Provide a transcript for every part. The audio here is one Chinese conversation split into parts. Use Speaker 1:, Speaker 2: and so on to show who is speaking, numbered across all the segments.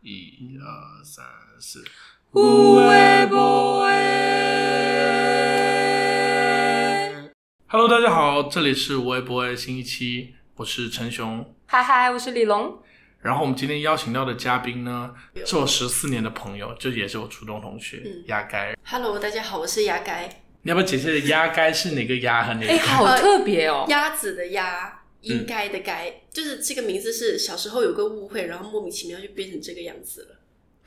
Speaker 1: 一二三四，
Speaker 2: 有诶无诶。
Speaker 1: Hello，大家好，这里是无微博爱新一期，我是陈雄。
Speaker 2: 嗨嗨，我是李龙。
Speaker 1: 然后我们今天邀请到的嘉宾呢，是我十四年的朋友，就也是我初中同学
Speaker 3: 嗯
Speaker 1: 鸭该。
Speaker 3: Hello，大家好，我是牙该，
Speaker 1: 你要不要解释鸭该是哪个鸭和哪
Speaker 2: 哎，
Speaker 1: 个？
Speaker 2: 好特别哦！
Speaker 3: 鸭子的鸭，
Speaker 1: 嗯
Speaker 3: 应该的该，就是这个名字是小时候有个误会，然后莫名其妙就变成这个样子了。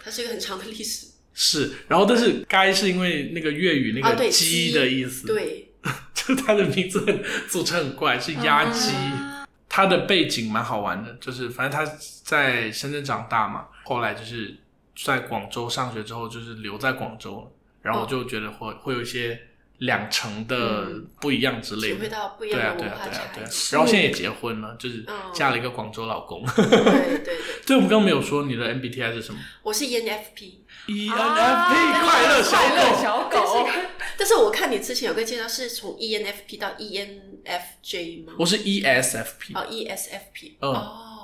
Speaker 3: 它是一个很长的历史，
Speaker 1: 是，然后但是该是因为那个粤语那
Speaker 3: 啊
Speaker 1: 个
Speaker 3: 对
Speaker 1: 鸡
Speaker 3: 鸡
Speaker 1: 的意思，，
Speaker 3: 对，
Speaker 1: 就它的名字很组成很怪，
Speaker 3: 啊
Speaker 1: 是鸭鸡。它的背景蛮好玩的，就是反正他在深圳长大嘛，后来就是在广州上学之后，就是留在广州了，然后我就觉得会、会有一些两成的
Speaker 3: 嗯
Speaker 1: 不一样之类
Speaker 3: 体
Speaker 1: 的
Speaker 3: 会。到不一
Speaker 1: 对
Speaker 3: 样
Speaker 1: 啊，
Speaker 3: 的
Speaker 1: 对
Speaker 3: 文
Speaker 1: 啊，
Speaker 3: 化
Speaker 1: 对啊，
Speaker 3: 差
Speaker 1: 对
Speaker 3: 异
Speaker 1: 啊。。然后现在也结婚了，就是
Speaker 3: 嗯
Speaker 1: 嫁了一个广州老公。 啊
Speaker 3: 对对对，
Speaker 1: 对，我们刚刚没有说你的 MBTI 是什么 E
Speaker 3: 我是 E ENFP，
Speaker 1: ？ENFP 快乐小
Speaker 2: 快乐
Speaker 1: 狗。
Speaker 2: 呃小狗，
Speaker 3: 但是我看你之前有个介绍是从 E ENFP 到 ENFJ 吗？
Speaker 1: 我是 E ESFP，
Speaker 3: 哦，ESFP，
Speaker 1: 嗯
Speaker 3: 哦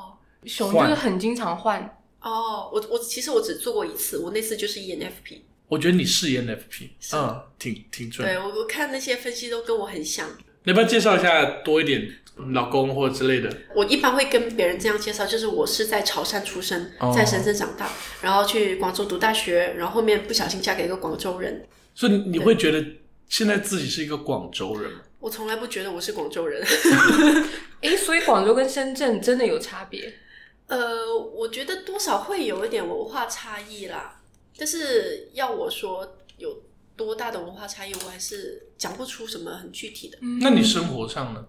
Speaker 2: 熊就是很经常换，
Speaker 3: 哦，我我其实我只做过一次，我那次就是 E ENFP，
Speaker 1: 我觉得你是 E ENFP，
Speaker 3: 是
Speaker 1: 嗯，挺挺准的。
Speaker 3: 对我我看那些分析都跟我很像。
Speaker 1: 你要不要介绍一下多一点老公或者之类的？
Speaker 3: 我一般会跟别人这样介绍，就是我是在潮汕出生
Speaker 1: 哦，
Speaker 3: 在深圳长大，然后去广州读大学，然后后面不小心嫁给一个广州人。
Speaker 1: 所以你你会觉得现在自己是一个广州人吗？
Speaker 3: 我从来不觉得我是广州人，
Speaker 2: 哎，所以广州跟深圳真的有差别。
Speaker 3: 呃，我觉得多少会有一点文化差异啦，但是要我说有多大的文化差异，我还是讲不出什么很具体的。
Speaker 2: 嗯
Speaker 1: 那你生活上呢？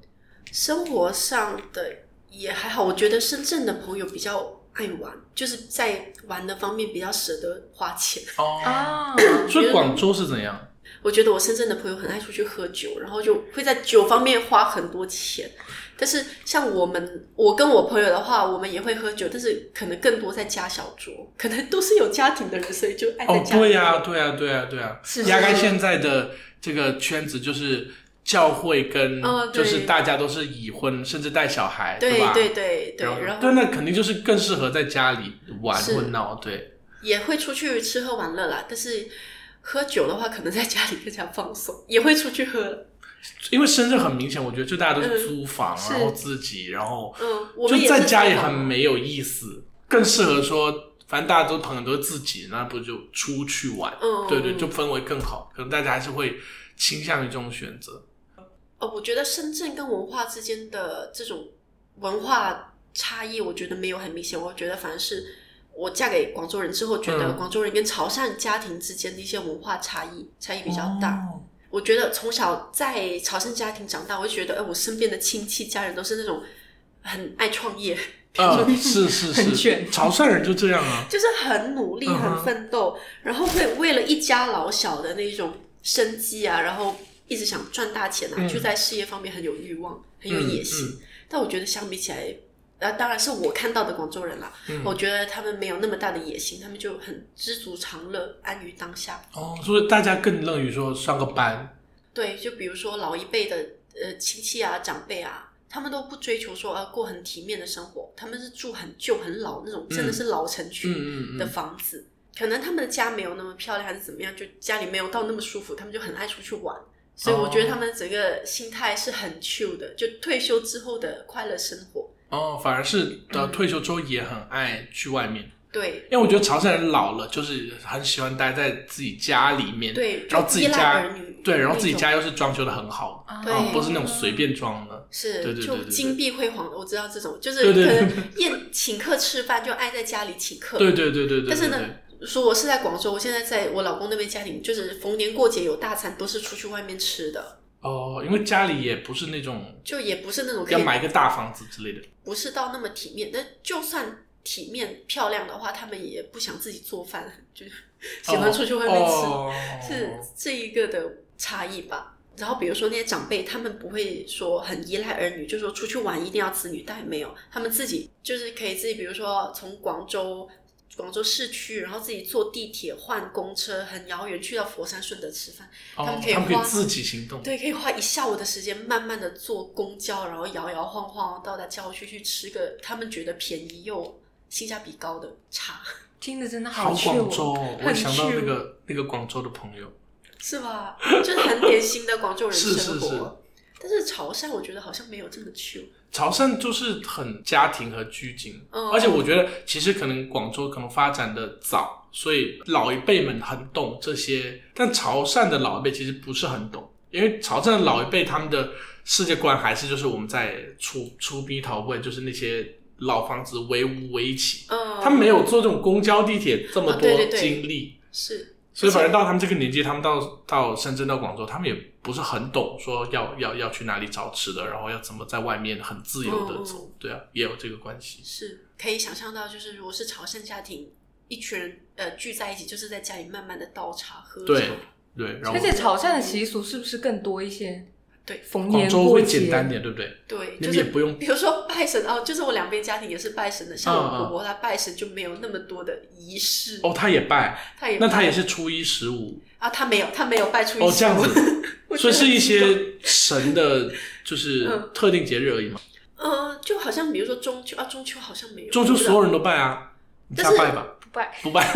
Speaker 3: 生活上的也还好，我觉得深圳的朋友比较爱玩，就是在玩的方面比较舍得花钱。
Speaker 1: 哦，
Speaker 2: 啊？
Speaker 1: 所以广州是怎样？
Speaker 3: 我觉得我深圳的朋友很爱出去喝酒，然后就会在酒方面花很多钱。但是像我们，我跟我朋友的话，我们也会喝酒，但是可能更多在家小酌，可能都是有家庭的人，所以就爱在
Speaker 1: 哦，
Speaker 3: 家。
Speaker 1: 对呀、对呀、对呀、对呀、
Speaker 2: 是
Speaker 1: 压根现在的这个圈子就是教会跟
Speaker 3: 哦，对
Speaker 1: 就是大家都是已婚，甚至带小孩，
Speaker 3: 对
Speaker 1: 吧？
Speaker 3: 对对对，然
Speaker 1: 然
Speaker 3: 后
Speaker 1: 对，那肯定就是更适合在家里玩
Speaker 3: 是
Speaker 1: 或闹，对。
Speaker 3: 也会出去吃喝玩乐啦。但是喝酒的话，可能在家里更加放松，也会出去喝。
Speaker 1: 因为深圳很明显，我觉得就大家都是
Speaker 3: 嗯
Speaker 1: 租房，
Speaker 3: 是
Speaker 1: 然后自己，然后
Speaker 3: 嗯，我们
Speaker 1: 就
Speaker 3: 也
Speaker 1: 在
Speaker 3: 是
Speaker 1: 家也
Speaker 3: 这样
Speaker 1: 很没有意思，更适合说，反正大家都朋友都自己，那不就出去玩？
Speaker 3: 嗯
Speaker 1: 对对，
Speaker 3: 嗯
Speaker 1: 就氛围更好。可能大家还是会倾向于这种选择。
Speaker 3: 哦，我觉得深圳跟文化之间的这种文化差异，我觉得没有很明显。我觉得反而是我嫁给广州人之后，觉得
Speaker 1: 嗯
Speaker 3: 广州人跟潮汕家庭之间的一些文化差异差异比较大。我觉得从小在潮汕家庭长大，我就觉得，哎、我身边的亲戚家人都是那种很爱创业，
Speaker 1: 啊、是 是
Speaker 2: 很
Speaker 1: 是，
Speaker 2: 卷
Speaker 1: 潮汕人就这样啊。
Speaker 3: 就是很努力、
Speaker 1: 嗯哼
Speaker 3: 很奋斗，然后会为了一家老小的那种生计啊，然后一直想赚大钱啊，
Speaker 1: 嗯
Speaker 3: 就在事业方面很有欲望、很有
Speaker 1: 嗯
Speaker 3: 野心。但我觉得相比起来，呃，当然是我看到的广州人啦，
Speaker 1: 嗯
Speaker 3: 我觉得他们没有那么大的野心，他们就很知足常乐，安于当下。
Speaker 1: 哦，所以大家更乐于说上个班，
Speaker 3: 对，就比如说老一辈的呃亲戚啊、长辈啊，他们都不追求说呃过很体面的生活，他们是住很旧、很老那种，真的是老城区。
Speaker 1: 嗯嗯
Speaker 3: 的
Speaker 1: 嗯，
Speaker 3: 房子，可能他们的家没有那么漂亮，还是怎么样，就家里没有到那么舒服，他们就很爱出去玩。所以我
Speaker 1: 哦
Speaker 3: 觉得他们整个心态是很 chill 的，就退休之后的快乐生活。
Speaker 1: 哦，反而是呃
Speaker 3: 嗯
Speaker 1: 退休之后也很爱去外面，
Speaker 3: 对
Speaker 1: 因为我觉得潮汕人老了就是很喜欢待在自己家里面，
Speaker 3: 对，
Speaker 1: 然后自己
Speaker 3: 就依赖
Speaker 1: 家
Speaker 3: 儿女
Speaker 1: 对，然后
Speaker 3: 那
Speaker 1: 自己
Speaker 3: 种
Speaker 1: 家又是装修的很好，
Speaker 2: 啊
Speaker 3: 对
Speaker 1: 啊，不是那种随便装的。
Speaker 3: 是
Speaker 1: 对对对对
Speaker 3: 就
Speaker 1: 对
Speaker 3: 金碧辉煌的，我知道这种，就是
Speaker 1: 对
Speaker 3: 可
Speaker 1: 对对
Speaker 3: 能 宴请客吃饭就爱在家里请客。
Speaker 1: 对对对对对。
Speaker 3: 但是
Speaker 1: 对
Speaker 3: 呢，说我是在广州，我现在在我老公那边家庭，就是逢年过节有大餐都是出去外面吃的，
Speaker 1: 对哦，因为家里也不是那种
Speaker 3: 就也不是那种可
Speaker 1: 要
Speaker 3: 以
Speaker 1: 买一个大房子之类的，
Speaker 3: 不是到那么体面，但就算体面漂亮的话，他们也不想自己做饭，就是 喜欢出去外面吃，
Speaker 1: 哦、
Speaker 3: 是这一个的差异吧。然后比如说那些长辈，他们不会说很依赖儿女，就说出去玩一定要子女带，没有，他们自己就是可以自己，比如说从广州。广州市区，然后自己坐地铁换公车，很遥远去到佛山顺德吃饭。
Speaker 1: 哦
Speaker 3: 他们可以
Speaker 1: 他们可以
Speaker 3: 花
Speaker 1: 自己行动。
Speaker 3: 对，可以花一下午的时间，慢慢的坐公交，然后摇摇晃晃到达郊区去吃个他们觉得便宜又性价比高的茶。
Speaker 2: 听的真的
Speaker 1: 好
Speaker 2: 去
Speaker 1: 广州
Speaker 2: 哦，
Speaker 1: 哦！我
Speaker 2: 很
Speaker 1: 想到那
Speaker 2: 去
Speaker 1: 个那个广州的朋友，
Speaker 3: 是吧？就是很典型的广州人
Speaker 1: 是
Speaker 3: 生
Speaker 1: 是
Speaker 3: 活。
Speaker 1: 是，
Speaker 3: 但是潮汕我觉得好像没有这么 chill，
Speaker 1: 潮汕就是很家庭和拘谨，
Speaker 3: 嗯
Speaker 1: 而且我觉得其实可能广州可能发展的早，所以老一辈们很懂这些，但潮汕的老一辈其实不是很懂，因为潮汕的老一辈他们的世界观还是就是我们在出出逼逃会，就是那些老房子围屋围起，
Speaker 3: 嗯，
Speaker 1: 他们没有坐这种公交地铁这么
Speaker 3: 啊
Speaker 1: 多
Speaker 3: 对对对
Speaker 1: 经历，
Speaker 3: 是，
Speaker 1: 所以反正
Speaker 3: 而
Speaker 1: 到他们这个年纪，他们到到深圳到广州，他们也不是很懂说要要要去哪里找吃的，然后要怎么在外面很自由的走，
Speaker 3: 嗯
Speaker 1: 对啊，也有这个关系
Speaker 3: 且。是可以想象到，就是如果是潮汕家庭，一群人呃聚在一起，就是在家里慢慢的倒茶喝茶，
Speaker 1: 对对，然后
Speaker 2: 而且潮汕的习俗是不是更多一些？
Speaker 3: 对
Speaker 2: 逢
Speaker 1: 广
Speaker 2: 年
Speaker 1: 州
Speaker 2: 过
Speaker 1: 会
Speaker 2: 节
Speaker 1: 简单点，对不对？
Speaker 3: 对，
Speaker 1: 你
Speaker 3: 就
Speaker 1: 们也
Speaker 3: 是
Speaker 1: 不用
Speaker 3: 比如说拜神哦，就是我两边家庭也是拜神的，像
Speaker 1: 嗯嗯
Speaker 3: 我婆婆她拜神就没有那么多的仪式，
Speaker 1: 哦，他也拜，
Speaker 3: 她也
Speaker 1: 那他也是初一十五
Speaker 3: 啊，她没有，她没有拜出
Speaker 1: 哦，这样
Speaker 3: 子，
Speaker 1: 子，所以是一些神的，就是
Speaker 3: 嗯
Speaker 1: 特定节日而已嘛。
Speaker 3: 呃，就好像比如说中秋啊，中秋好像没有，
Speaker 1: 中秋所有人都拜啊，你家
Speaker 3: 但是
Speaker 1: 拜吧，
Speaker 2: 不拜
Speaker 1: 不拜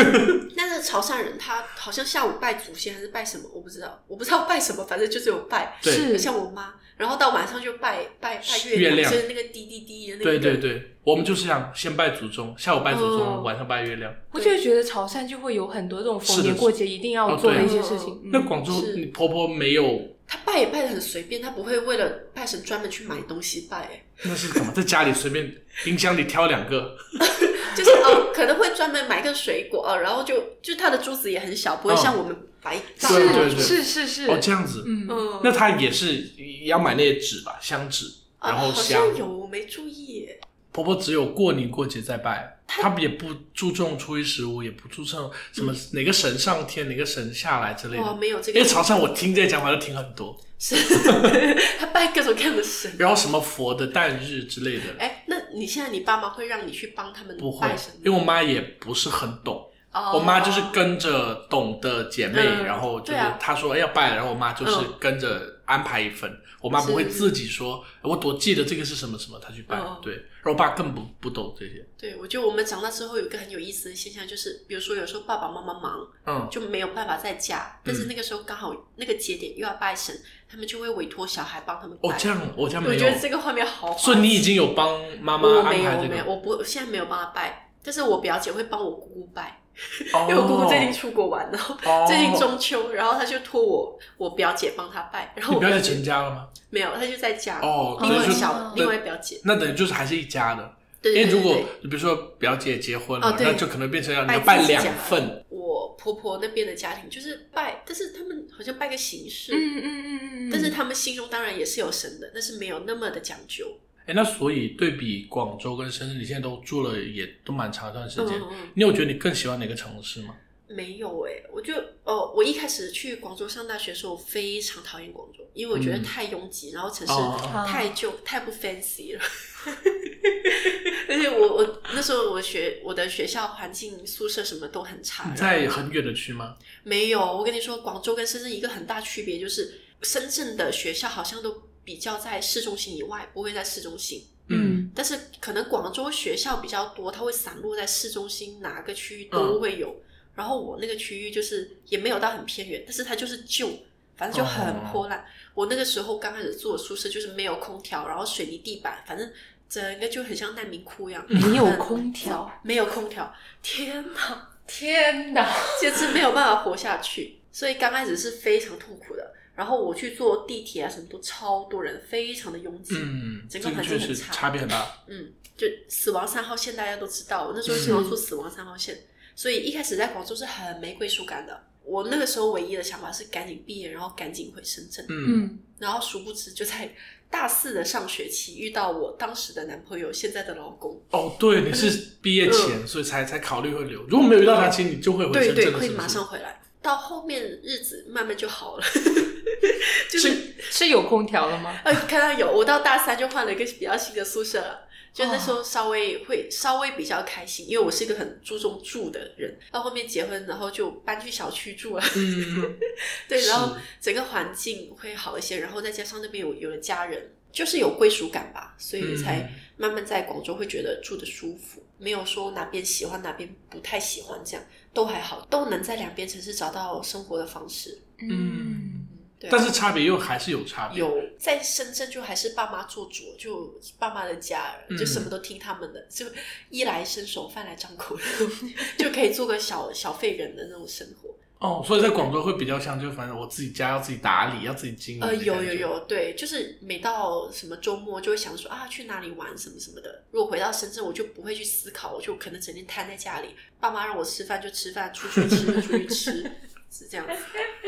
Speaker 3: 但是潮汕人他好像下午拜祖先还是拜什么，我不知道，我不知道拜什么，反正就是有拜，
Speaker 1: 对
Speaker 2: 是
Speaker 3: 像我妈，然后到晚上就拜拜拜月
Speaker 1: 月亮
Speaker 3: 就是那个滴滴滴的那个，
Speaker 1: 对对对，我们就是这样，先拜祖宗，下午拜祖宗，
Speaker 2: 哦
Speaker 1: 晚上拜月亮。
Speaker 2: 我就觉得潮汕就会有很多这种
Speaker 1: 是
Speaker 2: 逢
Speaker 1: 的
Speaker 2: 年过节一定要
Speaker 1: 哦
Speaker 2: 做的
Speaker 1: 对
Speaker 2: 一些事情。
Speaker 1: 那
Speaker 2: 嗯
Speaker 1: 广州
Speaker 3: 是
Speaker 1: 你婆婆没有，
Speaker 3: 他拜也拜的很随便，他不会为了拜神专门去买东西拜，哎
Speaker 1: 那是怎么在家里随便冰箱里挑两个？
Speaker 3: 就是哦，可能会专门买个水果，哦、然后就就他的珠子也很小，不会
Speaker 1: 嗯
Speaker 3: 像我们摆一大
Speaker 1: 对
Speaker 3: 包
Speaker 1: 对
Speaker 3: 子
Speaker 1: 对
Speaker 2: 是是是
Speaker 1: 哦，
Speaker 2: 是，
Speaker 1: 这样子，
Speaker 2: 嗯，
Speaker 3: 嗯，
Speaker 1: 那她也是也要买那些纸吧，香纸，
Speaker 3: 啊
Speaker 1: 然后
Speaker 3: 好
Speaker 1: 香。
Speaker 3: 像有我没注意，哎
Speaker 1: 婆婆只有过年过节在拜，她也不注重初一十五，也不注重什
Speaker 3: 嗯
Speaker 1: 么哪个神上天、哪个神下来之类
Speaker 3: 哇，
Speaker 1: 的。
Speaker 3: 哦没有这
Speaker 1: 因
Speaker 3: 个，
Speaker 1: 为潮汕我听这些讲法都听很多，
Speaker 3: 是 他拜各种各样的神。
Speaker 1: 然后什么佛的诞日之类的，
Speaker 3: 哎，那你现在你爸妈会让你去帮他们
Speaker 1: 不会
Speaker 3: 拜神吗，
Speaker 1: 因为我妈也不是很懂。
Speaker 3: 哦
Speaker 1: 我妈就是跟着懂的姐妹，
Speaker 3: 嗯
Speaker 1: 然后就是
Speaker 3: 对啊
Speaker 1: 她说哎要拜了，然后我妈就是
Speaker 3: 嗯
Speaker 1: 跟着安排一份。我妈不会自己说，哎我多记得这个是什么什么，她去拜。
Speaker 3: 嗯
Speaker 1: 对，然后我爸更不不懂这些。
Speaker 3: 对，我觉得我们长大之后有一个很有意思的现象，就是比如说有时候爸爸妈妈忙
Speaker 1: 嗯，
Speaker 3: 就没有办法在家，但是那个时候刚好那个节点又要拜神，他们就会委托小孩帮他们拜。
Speaker 1: 哦，这样我家没
Speaker 3: 我
Speaker 1: 有
Speaker 3: 觉得，这个画面好滑稽。
Speaker 1: 所以你已经有帮妈妈
Speaker 3: 我
Speaker 1: 安
Speaker 3: 没有，
Speaker 1: 排
Speaker 3: 我
Speaker 1: 这
Speaker 3: 没有，
Speaker 1: 个。
Speaker 3: 我不我现在没有帮他拜，但是我表姐会帮我姑姑拜，
Speaker 1: 哦
Speaker 3: 因为我姑姑最近出国玩，然后
Speaker 1: 哦
Speaker 3: 最近中秋，然后她就托我我表姐帮她拜，然后
Speaker 1: 你
Speaker 3: 我
Speaker 1: 不要
Speaker 3: 表
Speaker 1: 再
Speaker 3: 姐
Speaker 1: 成家了 吗？
Speaker 3: 没有，她就在家，
Speaker 1: 哦，
Speaker 3: 另外
Speaker 1: 等于
Speaker 2: 小
Speaker 1: 就
Speaker 3: 小
Speaker 2: 对
Speaker 3: 另外表姐，
Speaker 1: 那等于就是还是一家的。
Speaker 3: 对
Speaker 1: 因为
Speaker 3: 对对
Speaker 1: 如
Speaker 3: 对
Speaker 1: 果
Speaker 3: 对。
Speaker 1: 比如说表姐结婚了
Speaker 3: 哦，对
Speaker 1: 那就可能变成要你要
Speaker 3: 拜
Speaker 1: 办
Speaker 3: 自己
Speaker 1: 两
Speaker 3: 家
Speaker 1: 份。
Speaker 3: 我婆婆那边的家庭就是拜，但是他们好像拜个形式，
Speaker 2: 嗯嗯嗯嗯嗯，
Speaker 3: 但是他们心中当然也是有神的，但是没有那么的讲究。
Speaker 1: 哎，那所以对比广州跟深圳，你现在都住了也都蛮长一段时
Speaker 3: 嗯
Speaker 1: 间。
Speaker 3: 嗯嗯，
Speaker 1: 你有觉得你更喜欢哪个城市吗？
Speaker 3: 没有哎、我就哦，我一开始去广州上大学的时候，我非常讨厌广州，因为我觉得
Speaker 1: 嗯
Speaker 3: 太拥挤，然后城市
Speaker 1: 哦哦
Speaker 2: 哦
Speaker 3: 太旧、太不 fancy 了。 而且我我那时候我学我的学校环境宿舍什么都很差
Speaker 1: 你，在很远的区吗？
Speaker 3: 没有，我跟你说，广州跟深圳一个很大区别就是，深圳的学校好像都比较在市中心以外，不会在市中心。
Speaker 2: 嗯
Speaker 3: 但是可能广州学校比较多，它会散落在市中心哪个区域都会有。然后我那个区域就是也没有到很偏远，但是它就是旧，反正就很破烂。我那个时候刚开始住的宿舍就是没有空调，然后水泥地板，反正整个就很像难民窟一样。
Speaker 2: 没有
Speaker 3: 很
Speaker 2: 空调，
Speaker 3: 没有空调，天哪！
Speaker 2: 天哪！
Speaker 3: 简直没有办法活下去，所以刚开始是非常痛苦的。然后我去坐地铁啊，什么都超多人，非常的拥挤。
Speaker 1: 嗯，这
Speaker 3: 整
Speaker 1: 个
Speaker 3: 个环
Speaker 1: 确
Speaker 3: 境
Speaker 1: 实
Speaker 3: 很差
Speaker 1: 差别很大。
Speaker 3: 嗯就死亡三号线大家都知道，我那时候经常住死亡三号线，所以一开始在广州是很没归属感的。我那个时候唯一的想法是赶紧毕业，然后赶紧回深圳。
Speaker 1: 嗯，
Speaker 2: 嗯，
Speaker 3: 然后殊不知就在大四的上学期遇到我当时的男朋友，现在的老公。
Speaker 1: 哦，对，你是毕业前，所以才才考虑会留。如果没有遇到他，其实你就会回
Speaker 3: 嗯对
Speaker 1: 深圳
Speaker 3: 对，
Speaker 1: 了，
Speaker 3: 会
Speaker 1: 是不
Speaker 3: 马
Speaker 1: 是
Speaker 3: 上？回来。到后面日子慢慢就好了， 就是
Speaker 2: 是是有空调了吗？
Speaker 3: 呃，看到有，我到大三就换了一个比较新的宿舍了，就那时候稍微会稍微比较开心，因为我是一个很注重住的人。到后面结婚，然后就搬去小区住了，
Speaker 1: 嗯，
Speaker 3: 对，然后
Speaker 1: 是
Speaker 3: 整个环境会好一些，然后再加上那边有有了家人，就是有归属感吧，所以才
Speaker 1: 嗯
Speaker 3: 慢慢在广州会觉得住的舒服，没有说哪边喜欢哪边不太喜欢，这样都还好，都能在两边城市找到生活的方式。
Speaker 1: 嗯
Speaker 2: 嗯，
Speaker 3: 对啊、
Speaker 1: 但是差别又还是有差别。
Speaker 3: 有在深圳就还是爸妈做主，就爸妈的家，
Speaker 1: 嗯
Speaker 3: 就什么都听他们的，就衣来伸手，饭来张口， 就可以做个小小废人的那种生活。
Speaker 1: 哦，所以在广州会比较像，就反正我自己家要自己打理，要自己经营。
Speaker 3: 呃，有有，有，对，就是每到什么周末就会想说啊，去哪里玩什么什么的。如果回到深圳，我就不会去思考，我就可能整天瘫在家里，爸妈让我吃饭就吃饭，出去吃就出 去吃，是这样子。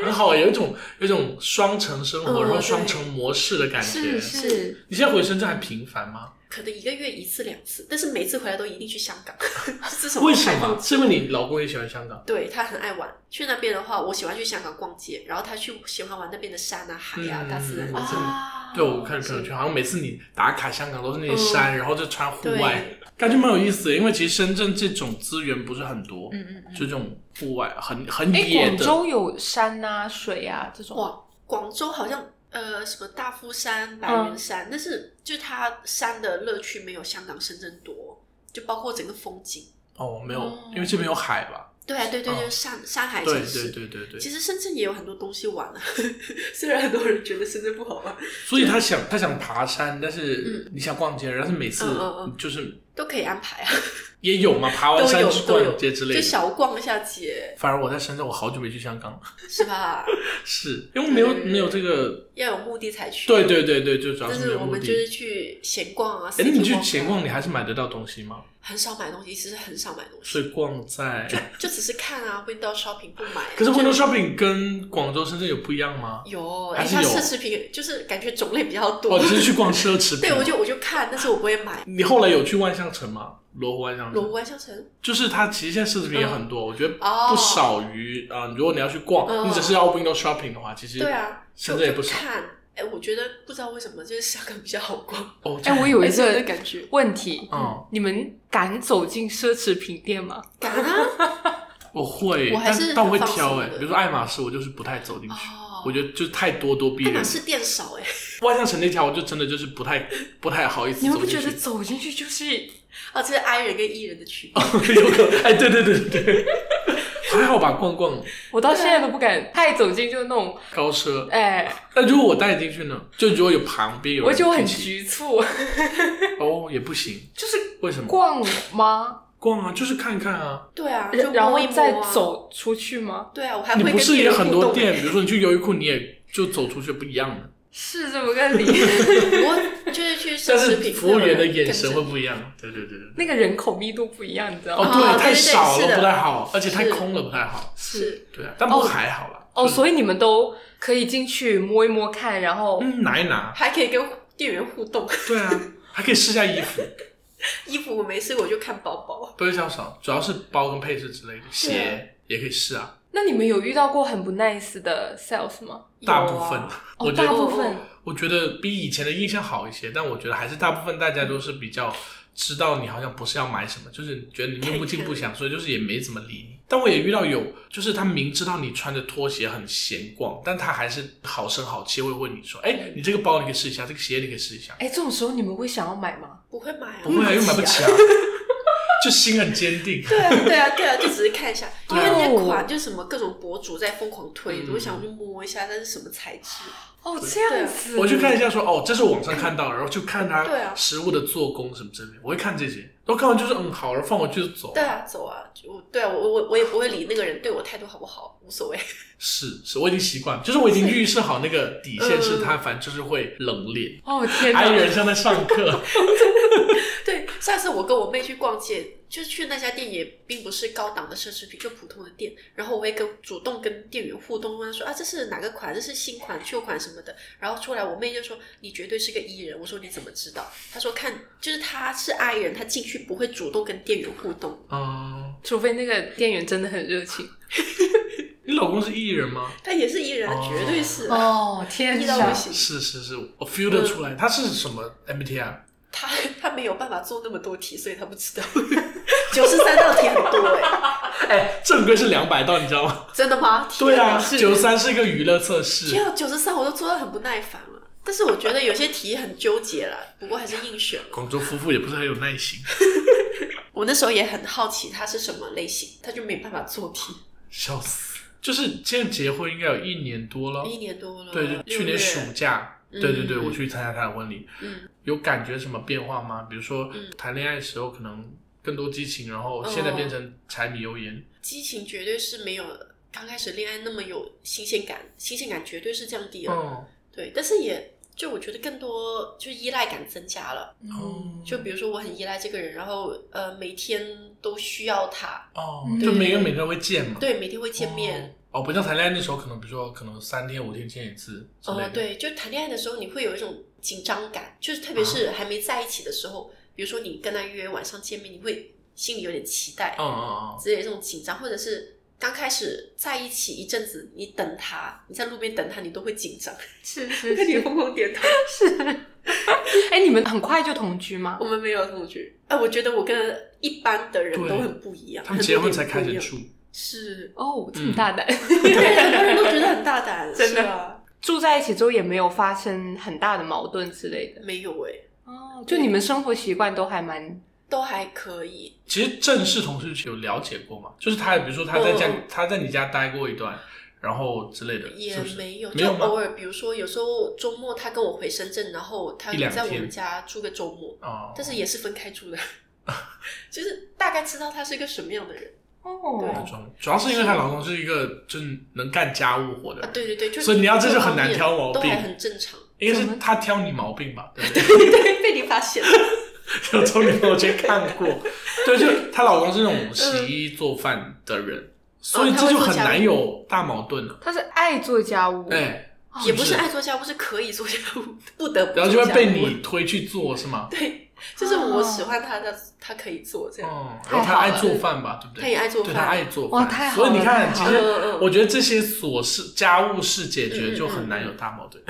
Speaker 1: 很好，有一种有一种双城生活，
Speaker 3: 嗯
Speaker 1: 然后
Speaker 3: 对
Speaker 1: 双城模式的感觉。
Speaker 2: 是是，
Speaker 1: 你现在回深圳还频繁吗？
Speaker 3: 可能一个月一次两次，但是每次回来都一定去香港， 是什么
Speaker 1: 为什
Speaker 3: 开放
Speaker 1: 么？是因为你老公也喜欢香港？
Speaker 3: 对他很爱玩，去那边的话，我喜欢去香港逛街，然后他去喜欢玩那边的山啊、海啊、
Speaker 1: 嗯
Speaker 3: 大自然
Speaker 1: 我
Speaker 3: 啊。
Speaker 1: 是
Speaker 2: 啊，
Speaker 1: 对，我看朋友圈，好像每次你打卡香港都是那些山，然后就穿户
Speaker 3: 嗯对，
Speaker 1: 外，感觉蛮有意思的。因为其实深圳这种资源不是很多，
Speaker 3: 嗯嗯嗯。
Speaker 1: 就这种户外很很
Speaker 2: 哎，
Speaker 1: 野
Speaker 2: 广
Speaker 1: 的。
Speaker 2: 州有山啊、水啊这种，
Speaker 3: 哇，广州好像呃什么大夫山、白云山，但是就它山的乐趣没有香港、深圳多，就包括整个风景。
Speaker 1: 哦，没有，
Speaker 2: 哦
Speaker 1: 因为这边有海吧？
Speaker 3: 对啊，对对对，
Speaker 1: 哦
Speaker 3: 山山海
Speaker 1: 对
Speaker 3: 城
Speaker 1: 对
Speaker 3: 市。
Speaker 1: 对对对。
Speaker 3: 其实深圳也有很多东西玩啊， 虽然很多人觉得深圳不好玩，
Speaker 1: 所以他想他想爬山，但是你想逛街，但是每次
Speaker 3: 嗯嗯嗯
Speaker 1: 就是
Speaker 3: 都可以安排啊，
Speaker 1: 也有嘛，爬完
Speaker 3: 都
Speaker 1: 山
Speaker 3: 有
Speaker 1: 去
Speaker 3: 都有
Speaker 1: 逛街之类
Speaker 3: 就
Speaker 1: 的。
Speaker 3: 小逛一下街，
Speaker 1: 反而我在深圳，我好久没去香 港了，
Speaker 3: 是吧？
Speaker 1: 是因为没有
Speaker 3: 对
Speaker 1: 没有这个，
Speaker 3: 要有目的才去。
Speaker 1: 对对对对，就主要
Speaker 3: 但
Speaker 1: 没
Speaker 3: 是
Speaker 1: 有
Speaker 3: 我
Speaker 1: 目
Speaker 3: 们就
Speaker 1: 的。
Speaker 3: 是去闲逛啊，
Speaker 1: 哎，那
Speaker 3: city
Speaker 1: 你去
Speaker 3: 啊
Speaker 1: 闲逛，你还是买得到东西吗？
Speaker 3: 很少买东西，其实很少买东
Speaker 1: 所
Speaker 3: 西，
Speaker 1: 以逛在，
Speaker 3: 就只是看啊，window shopping 不买啊、
Speaker 1: 可是
Speaker 3: 就
Speaker 1: window shopping 跟广州、深圳有不一样吗？
Speaker 3: 有，
Speaker 1: 还
Speaker 3: 哎，
Speaker 1: 是
Speaker 3: 它
Speaker 1: 有
Speaker 3: 奢侈品就是感觉种类比较多。
Speaker 1: 哦，你是去逛奢侈品？
Speaker 3: 对，我就我就看，但是我不会买。
Speaker 1: 你后来有去万象城吗？罗湖万象
Speaker 3: 罗湖
Speaker 1: 城，
Speaker 3: 万象城
Speaker 1: 就是它其实现在奢侈品也很多，我觉得
Speaker 3: 哦
Speaker 1: 不少于啊、呃如果你要去逛，
Speaker 3: 嗯
Speaker 1: 你只是要 window shopping 的话，其实
Speaker 3: 对啊，
Speaker 1: 深圳也不
Speaker 3: 就
Speaker 1: 少
Speaker 3: 看。哎，我觉得不知道为什么，就是香港比较好 逛，
Speaker 1: 哦。这样
Speaker 2: 哎，我有一
Speaker 3: 而且
Speaker 2: 个
Speaker 3: 的感觉
Speaker 2: 问题，
Speaker 1: 嗯，
Speaker 2: 你们敢走进奢侈品店吗？
Speaker 3: 敢 啊！
Speaker 1: 我会，
Speaker 3: 我还是
Speaker 1: 但但我会
Speaker 3: 很放
Speaker 1: 挑
Speaker 3: 松
Speaker 1: 哎、
Speaker 3: 的
Speaker 1: 比如说爱马仕，我就是不太走进去，
Speaker 3: 哦
Speaker 1: 我觉得就太多多逼
Speaker 3: 爱马
Speaker 1: 人。
Speaker 3: 仕店少哎，
Speaker 1: 万象城那条，我就真的就是不太不太好意思
Speaker 2: 你们
Speaker 1: 走
Speaker 2: 不
Speaker 1: 进
Speaker 2: 觉得
Speaker 1: 去，
Speaker 2: 走进去就是
Speaker 3: 哦，这是 I 人跟 E 人的区 别。
Speaker 1: 有可能哎，对对对对对， 还好吧，逛逛
Speaker 2: 我到现在都不敢太走近，就那种
Speaker 1: 高奢。
Speaker 2: 哎，
Speaker 1: 那如果我带进去呢？就如果有旁边有人
Speaker 2: 我就很
Speaker 1: 一起
Speaker 2: 局促，
Speaker 1: 哦，也不行，
Speaker 2: 就是
Speaker 1: 为什么？
Speaker 2: 逛吗？
Speaker 1: 逛啊，就是看看啊。
Speaker 3: 对啊，就
Speaker 2: 然后
Speaker 3: 摸一摸啊
Speaker 2: 再。走出去吗？
Speaker 3: 对啊，我还
Speaker 1: 你
Speaker 3: 会
Speaker 1: 不
Speaker 3: 跟
Speaker 1: 是也很多店，
Speaker 3: 店员
Speaker 1: 比如说你去优衣库，你也就走出去不一样的，
Speaker 2: 是这么个理，
Speaker 3: 互动欸，我就是去奢
Speaker 1: 但
Speaker 3: 侈
Speaker 1: 是
Speaker 3: 品。
Speaker 1: 服务员的眼神
Speaker 3: 跟着
Speaker 1: 会不一样。对对对对。对
Speaker 2: 那个人口密度不一样，你知道
Speaker 1: 哦，
Speaker 2: 吗？
Speaker 3: 啊
Speaker 1: 对，
Speaker 3: 对
Speaker 1: 太
Speaker 3: 对
Speaker 1: 少
Speaker 3: 是
Speaker 1: 了
Speaker 3: 的
Speaker 1: 不太好，而且太
Speaker 3: 是
Speaker 1: 空了不太好。
Speaker 3: 是
Speaker 1: 对啊，但不过还好啦。
Speaker 2: 哦，
Speaker 1: 以
Speaker 2: 所以你们都可以进去摸一摸看，然后
Speaker 1: 嗯，拿一拿。
Speaker 3: 还可以跟店员互动。
Speaker 1: 对啊，还可以试下衣服，
Speaker 3: 衣服我没事，我就看包包。
Speaker 1: 不是较少，主要是包跟配饰之类的，鞋也可以试啊。
Speaker 2: 那你们有遇到过很不 nice 的 sales 吗？
Speaker 1: 大部分
Speaker 3: 有啊，
Speaker 1: 我
Speaker 2: 哦，
Speaker 1: 觉
Speaker 2: 大
Speaker 1: 得
Speaker 2: 部分
Speaker 1: 我觉得比以前的印象好一些，但我觉得还是大部分大家都是比较知道你好像不是要买什么，就是觉得你用不进不想，所以就是也没怎么理你。但我也遇到有，就是他明知道你穿着拖鞋很闲逛，但他还是好声好气会问你说：“哎，你这个包你可以试一下，这个鞋你可以试一下。
Speaker 2: 哎，这种时候你们会想要买吗？
Speaker 3: 不会买啊，”
Speaker 1: 不会啊，又买不
Speaker 3: 啊。
Speaker 1: 起啊， 就心很坚定。
Speaker 3: 对啊，对啊，对啊，就只是看一下，因
Speaker 1: 对
Speaker 3: 为
Speaker 1: 啊
Speaker 3: 那款就什么各种博主在疯狂推，
Speaker 1: 嗯
Speaker 3: 我想去摸一下，但是什么材质？
Speaker 2: 哦，这样子，
Speaker 1: 我去看一下说，哦，这是网上看到的，然后就看
Speaker 3: 对
Speaker 1: 它
Speaker 3: 啊
Speaker 1: 食物的做工什么之类的，我会看这些。然后看完就是嗯好，然后放回去就走。
Speaker 3: 对啊，走啊，就我对啊，我我我也不会理那个人对我态度好不好，无所谓。
Speaker 1: 是是，我已经习惯了，就是嗯我已经预设好那个底线是他，反正就是会冷脸。
Speaker 2: 哦天
Speaker 1: 还有
Speaker 2: 哪，
Speaker 1: 人像在上 课，
Speaker 3: 对，上次我跟我妹去逛街，就是去那家店也并不是高档的奢侈品，就普通的店。然后我会跟主动跟店员互动，问他说啊，这是哪个款？这是新款、旧款什么的。然后出来，我妹就说你绝对是个 E 人。我说你怎么知道？她说看，就是她是 I 人，她进去不会主动跟店员互动。
Speaker 1: 嗯，
Speaker 2: 除非那个店员真的很热 情。
Speaker 1: 你老公是艺人吗？
Speaker 3: 她也是 E 人，
Speaker 1: 哦
Speaker 3: 绝对是、啊。
Speaker 2: 哦天
Speaker 3: 一到
Speaker 2: 哪
Speaker 3: 不！行，
Speaker 1: 是嗯是是，我 feel 得出来，他是什么 MBTI？
Speaker 3: 她她没有办法做那么多题，所以她不知道。 九十三道题很多哎、
Speaker 1: 哎，正规是两百道，你知道吗？
Speaker 3: 真的吗？
Speaker 1: 对啊，
Speaker 3: 天哪
Speaker 1: 九三是一个娱乐测试
Speaker 3: 天，啊，九十三我都做到很不耐烦了。但是我觉得有些题很纠结啦，不过还是硬选了。
Speaker 1: 广州夫妇也不是很有耐心，
Speaker 3: 我那时候也很好奇它是什么类型，他就没办法做题。
Speaker 1: 笑死。就是现在结婚应该有一年多了，
Speaker 3: 一年多了，
Speaker 1: 哦对，就去年暑假，
Speaker 3: 嗯
Speaker 1: 对对对，我去参加他的婚礼，
Speaker 3: 六月，嗯，
Speaker 1: 有感觉什么变化吗？比如说
Speaker 3: 嗯
Speaker 1: 谈恋爱的时候可能更多激情，然后现在变成柴米油盐，
Speaker 3: 激情绝对是没有刚开始恋爱那么有新鲜感，新鲜感绝对是降低了，
Speaker 1: 嗯，
Speaker 3: 对，但是也就我觉得更多就依赖感增加了，
Speaker 2: 嗯
Speaker 1: 哦
Speaker 3: 就比如说我很依赖这个人，然后呃每天都需要他，
Speaker 1: 哦，
Speaker 2: 嗯
Speaker 1: 就
Speaker 3: 对
Speaker 1: 每个人每天都会见嘛，
Speaker 3: 对，每天会见面，
Speaker 1: 哦，不像谈恋爱那时候，可能比如说可能三天五天见一次哦之类
Speaker 3: 呃，
Speaker 1: 的，，
Speaker 3: 对，就谈恋爱的时候，你会有一种紧张感，就是特别
Speaker 1: 啊
Speaker 3: 是还没在一起的时候，比如说你跟他约晚上见面，你会心里有点期待，
Speaker 1: 嗯嗯
Speaker 3: 之类的这种紧张，或者是刚开始在一起一阵子，你等他，你在路边等他，你都会紧张。
Speaker 2: 是是
Speaker 3: 你
Speaker 2: 是
Speaker 3: 疯疯点头，
Speaker 2: 是。 哎，你们很快就同居吗
Speaker 3: 我？们没有同居。哎、我觉得我跟一般的人
Speaker 1: 对
Speaker 3: 都很不一
Speaker 1: 嗯，
Speaker 3: 样，
Speaker 1: 他们
Speaker 3: 很
Speaker 1: 结
Speaker 3: 多
Speaker 1: 婚
Speaker 3: 点
Speaker 1: 才开
Speaker 3: 不一
Speaker 1: 始
Speaker 3: 样，
Speaker 1: 住，
Speaker 3: 是，
Speaker 2: 哦，这么大胆，
Speaker 1: 嗯
Speaker 3: 对，很多人都觉得很大 胆，
Speaker 2: 真的
Speaker 3: 是啊
Speaker 2: 住在一起之后也没有发生很大的矛盾之类的。
Speaker 3: 没有哎、
Speaker 2: 哦，就你们生活习惯都还蛮
Speaker 3: 都还可以。
Speaker 1: 其实正式同事有了解过嘛，就是他，比如说他在家
Speaker 3: 嗯，
Speaker 1: 他在你家待过一段，然后之类的，
Speaker 3: 也
Speaker 1: 是不是
Speaker 3: 没有，
Speaker 1: 没
Speaker 3: 就
Speaker 1: 有吗
Speaker 3: 偶尔，比如说有时候周末他跟我回深圳，然后他
Speaker 1: 一两
Speaker 3: 在我
Speaker 1: 天
Speaker 3: 们家住个周末，
Speaker 1: 哦，
Speaker 3: 但是也是分开 住的，就是大概知道他是一个什么样的人
Speaker 1: 那
Speaker 2: 哦
Speaker 3: 对，
Speaker 1: 种主要是因为她老公是一个就是能干家务活的
Speaker 3: 啊。
Speaker 1: 人，
Speaker 3: 对对对，就
Speaker 1: 所以你要这
Speaker 3: 各
Speaker 1: 就很
Speaker 3: 方
Speaker 1: 难
Speaker 3: 面
Speaker 1: 挑毛
Speaker 3: 都还
Speaker 1: 病
Speaker 3: 很正常。
Speaker 1: 应该是他挑你毛病吧，对不对？
Speaker 3: 对，被你发现 了。
Speaker 1: 有从你朋友圈看 过，对，就她老公是那种洗衣做饭的人，所以这就很难有大矛盾了。
Speaker 2: 他是爱做家务，
Speaker 1: 哎，
Speaker 3: 也不哦是爱做家务，是可以做家务，不得不做
Speaker 1: 然后就会被
Speaker 3: 家务
Speaker 1: 你推去做，是吗？
Speaker 3: 对，就是我喜欢他，他他可以做这样，
Speaker 1: 嗯，
Speaker 2: 太
Speaker 1: 然后
Speaker 2: 好
Speaker 1: 她
Speaker 2: 了
Speaker 1: 爱做饭吧，对不
Speaker 3: 他
Speaker 1: 对？
Speaker 3: 也爱做
Speaker 1: 对，她
Speaker 3: 饭，
Speaker 1: 爱做
Speaker 2: 哇
Speaker 1: 饭，
Speaker 2: 太好
Speaker 1: 所以你
Speaker 2: 了
Speaker 1: 看，
Speaker 2: 太
Speaker 1: 其
Speaker 2: 好
Speaker 3: 嗯
Speaker 1: 实
Speaker 3: 嗯
Speaker 1: 我
Speaker 3: 嗯，
Speaker 1: 觉得这些琐事、家务事解决
Speaker 3: 嗯嗯
Speaker 1: 就很难有大矛盾。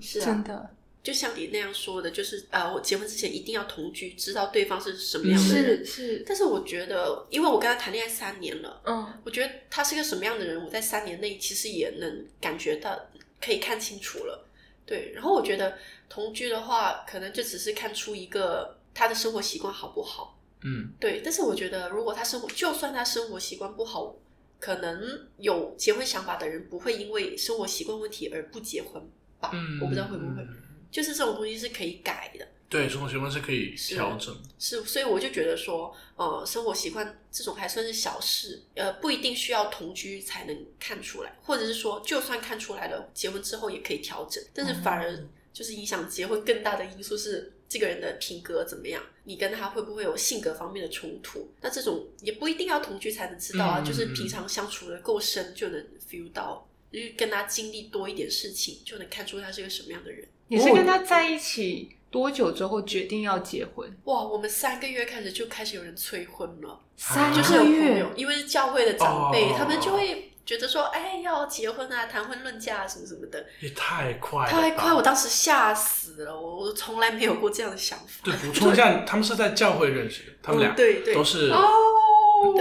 Speaker 3: 是
Speaker 2: 真
Speaker 3: 啊，
Speaker 2: 的
Speaker 3: 就像你那样说的，就是呃，我结婚之前一定要同居，知道对方是什么
Speaker 1: 嗯
Speaker 3: 样的
Speaker 2: 是
Speaker 3: 人。
Speaker 2: 是，
Speaker 3: 但是我觉得，因为我跟他谈恋爱三年了，
Speaker 2: 嗯，
Speaker 3: 我觉得他是个什么样的人，我在三年内其实也能感觉到，可以看清楚了。对，然后我觉得同居的话，可能就只是看出一个他的生活习惯好不好。
Speaker 1: 嗯，
Speaker 3: 对，但是我觉得，如果他生活，就算他生活习惯不好，可能有结婚想法的人不会因为生活习惯问题而不结婚吧？
Speaker 1: 嗯
Speaker 3: 我不知道会不会，就是这种东西是可以改的。
Speaker 1: 对，生活习惯是可以
Speaker 3: 是
Speaker 1: 调整。
Speaker 3: 是，所以我就觉得说，呃，生活习惯这种还算是小事，呃，不一定需要同居才能看出来，或者是说，就算看出来了，结婚之后也可以调整。但是反
Speaker 1: 嗯
Speaker 3: 而就是影响结婚更大的因素是这个人的品格怎么样，你跟他会不会有性格方面的冲突？那这种也不一定要同居才能知道啊，
Speaker 1: 嗯
Speaker 3: 就是
Speaker 1: 嗯嗯
Speaker 3: 平常相处的够深就能 feel 到，就是跟他经历多一点事情，就能看出他是个什么样的人。
Speaker 2: 你是跟他在一起多久之后决定要结
Speaker 1: 啊
Speaker 2: 婚？
Speaker 3: 哇，我们三个月开始就开始有人催婚了。
Speaker 2: 三
Speaker 3: 就是有
Speaker 2: 个
Speaker 3: 朋
Speaker 2: 月
Speaker 3: 友，，因为是教会的长辈，
Speaker 1: 哦
Speaker 3: 他们就会觉得说，哎，要结婚啊，谈婚论嫁啊，什么什么的，
Speaker 1: 也太快了吧，
Speaker 3: 太快，我当时吓死了，我我从来没有过这样的想法。
Speaker 1: 对，补充一下，他们是在教会认识的，他们俩
Speaker 3: 嗯对对
Speaker 1: 都是
Speaker 2: 哦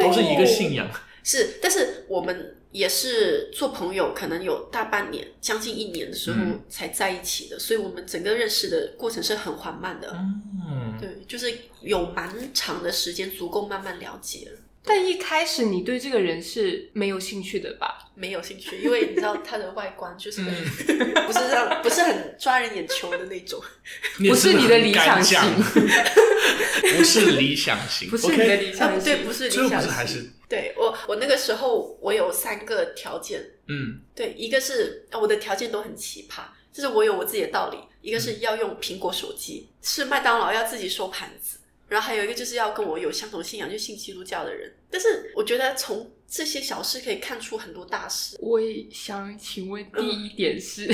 Speaker 1: 都是一个信仰，
Speaker 3: 是，但是我们也是做朋友，可能有大半年，将近一年的时候
Speaker 1: 嗯
Speaker 3: 才在一起的，所以我们整个认识的过程是很缓慢的。
Speaker 1: 嗯，
Speaker 3: 对，就是有蛮长的时间，足够慢慢了解了。
Speaker 2: 但一开始你对这个人是没有兴趣的吧？
Speaker 3: 没有兴趣，因为你知道他的外观就是、
Speaker 1: 嗯
Speaker 3: 不是让不是很抓人眼球的那种。
Speaker 2: 不是你的理想型
Speaker 1: 你真的很敢讲 不是理想型，
Speaker 2: 不是你的
Speaker 1: OK，
Speaker 2: 理想
Speaker 3: 啊
Speaker 2: 型，
Speaker 3: 对，不是理
Speaker 1: 最后
Speaker 3: 想
Speaker 1: 不
Speaker 3: 型，
Speaker 1: 是还是
Speaker 3: 对我我那个时候我有三个条件，
Speaker 1: 嗯
Speaker 3: 对，一个是呃我的条件都很奇葩，就是我有我自己的道理，一个是
Speaker 1: 嗯
Speaker 3: 要用苹果手机，吃麦当劳要自己收盘子，然后还有一个就是要跟我有相同信仰，就信基督教的人。但是我觉得从这些小事可以看出很多大事
Speaker 2: 我也想请问第一
Speaker 3: 嗯
Speaker 2: 点是，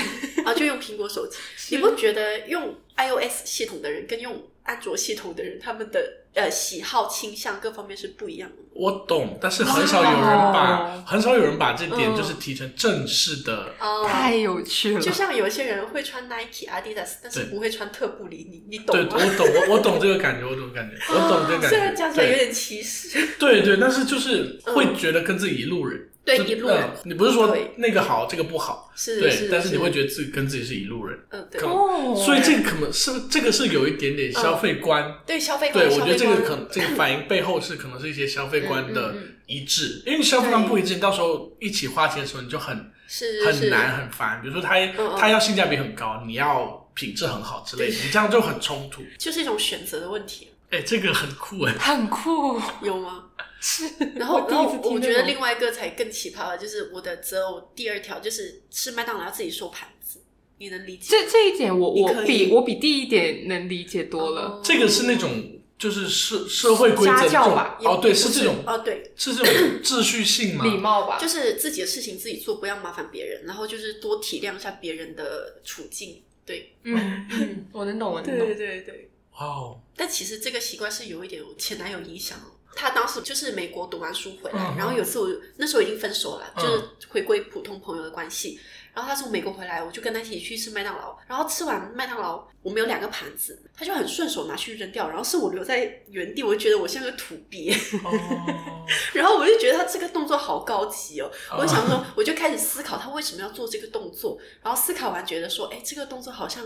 Speaker 3: 啊，就用苹果 手机，
Speaker 2: 是
Speaker 3: 你不觉得用 iOS 系统的人跟用安卓系统的人他们的呃喜好倾向各方面是不一样的吗？
Speaker 1: 我懂，但是很少有人把、
Speaker 2: 哇
Speaker 1: 很少有人把这点
Speaker 3: 哦嗯
Speaker 1: 就是提成正式的。
Speaker 3: 哦，
Speaker 2: 太有趣了。
Speaker 3: 就像有些人会穿 Nike、Adidas，但是
Speaker 1: 对
Speaker 3: 不会穿特步里，你你懂
Speaker 1: 对，
Speaker 3: 吗
Speaker 1: 我？懂，我我懂这个感觉，我懂感觉，我懂这个
Speaker 3: 虽然
Speaker 1: 感
Speaker 3: 讲
Speaker 1: 觉。
Speaker 3: 起来有
Speaker 1: 对
Speaker 3: 点歧视，
Speaker 1: 对对，但是就是会觉得跟自己一路人。
Speaker 3: 对
Speaker 1: 就
Speaker 3: 一路
Speaker 1: 嗯
Speaker 3: 人
Speaker 1: 你不是说
Speaker 3: 对
Speaker 1: 那个好，这个不好，
Speaker 3: 是
Speaker 1: 对
Speaker 3: 是，，
Speaker 1: 但是你会觉得自己跟自己是一路人，
Speaker 3: 嗯，对
Speaker 1: 可
Speaker 2: 哦，
Speaker 1: 所以这个可能是这个是有一点点消费观
Speaker 3: 对消费观，
Speaker 1: 对，我
Speaker 3: 哦消
Speaker 1: 觉
Speaker 3: 费
Speaker 1: 得这个
Speaker 3: 观
Speaker 1: 可能这个反映背后是可能是一些消费观的
Speaker 3: 嗯嗯嗯
Speaker 1: 一致，因为你消费观不一致，你到时候一起花钱的时候你就很
Speaker 3: 是
Speaker 1: 很
Speaker 3: 是
Speaker 1: 难很烦。比如说他
Speaker 3: 嗯
Speaker 1: 他要性价比很高，你要品质很好之类的，你这样就很冲突。
Speaker 3: 就是一种选择的问题，
Speaker 1: 哎，这个很酷
Speaker 3: 哦
Speaker 1: 哎，
Speaker 2: 很酷，
Speaker 3: 有吗？
Speaker 2: 是。
Speaker 3: 然
Speaker 2: 我
Speaker 3: 后，
Speaker 2: 第
Speaker 3: 然
Speaker 2: 一
Speaker 3: 后
Speaker 2: 次听
Speaker 3: 我
Speaker 2: 这
Speaker 3: 觉得
Speaker 2: 种
Speaker 3: 另外一个才更奇葩的，就是我的择偶第二条就是吃麦当劳要自己收盘子，你能理解？
Speaker 2: 这这一点我
Speaker 3: 你
Speaker 2: 我
Speaker 3: 可以
Speaker 2: 比我比第一点能理解多了。
Speaker 3: 哦
Speaker 1: 这个是那种就是社社会规则
Speaker 2: 家
Speaker 1: 这
Speaker 2: 教
Speaker 1: 种
Speaker 2: 吧
Speaker 1: 哦，对，
Speaker 3: 也
Speaker 1: 是
Speaker 3: 不
Speaker 1: 这种
Speaker 3: 哦，对，
Speaker 1: 是这种秩序性吗？
Speaker 2: 礼貌吧，
Speaker 3: 就是自己的事情自己做，不要麻烦别人，然后就是多体谅一下别人的处境。对，
Speaker 2: 嗯，嗯我能懂，我能懂。
Speaker 3: 对对。
Speaker 1: 哇哦，
Speaker 3: 但其实这个习惯是有一点我前男友影响哦。他当时就是美国读完书回来，
Speaker 1: 嗯
Speaker 3: 然后有一次我那时候已经分手了，
Speaker 1: 嗯
Speaker 3: 就是回归普通朋友的关系。然后他从美国回来，我就跟他一起去吃麦当劳。然后吃完麦当劳，我们有两个盘子，他就很顺手拿去扔掉，然后是我留在原地，我就觉得我像个土鳖。
Speaker 1: 哦
Speaker 3: 然后我就觉得他这个动作好高级哦，
Speaker 1: 哦
Speaker 3: 我就想说，我就开始思考他为什么要做这个动作，然后思考完觉得说，哎，这个动作好像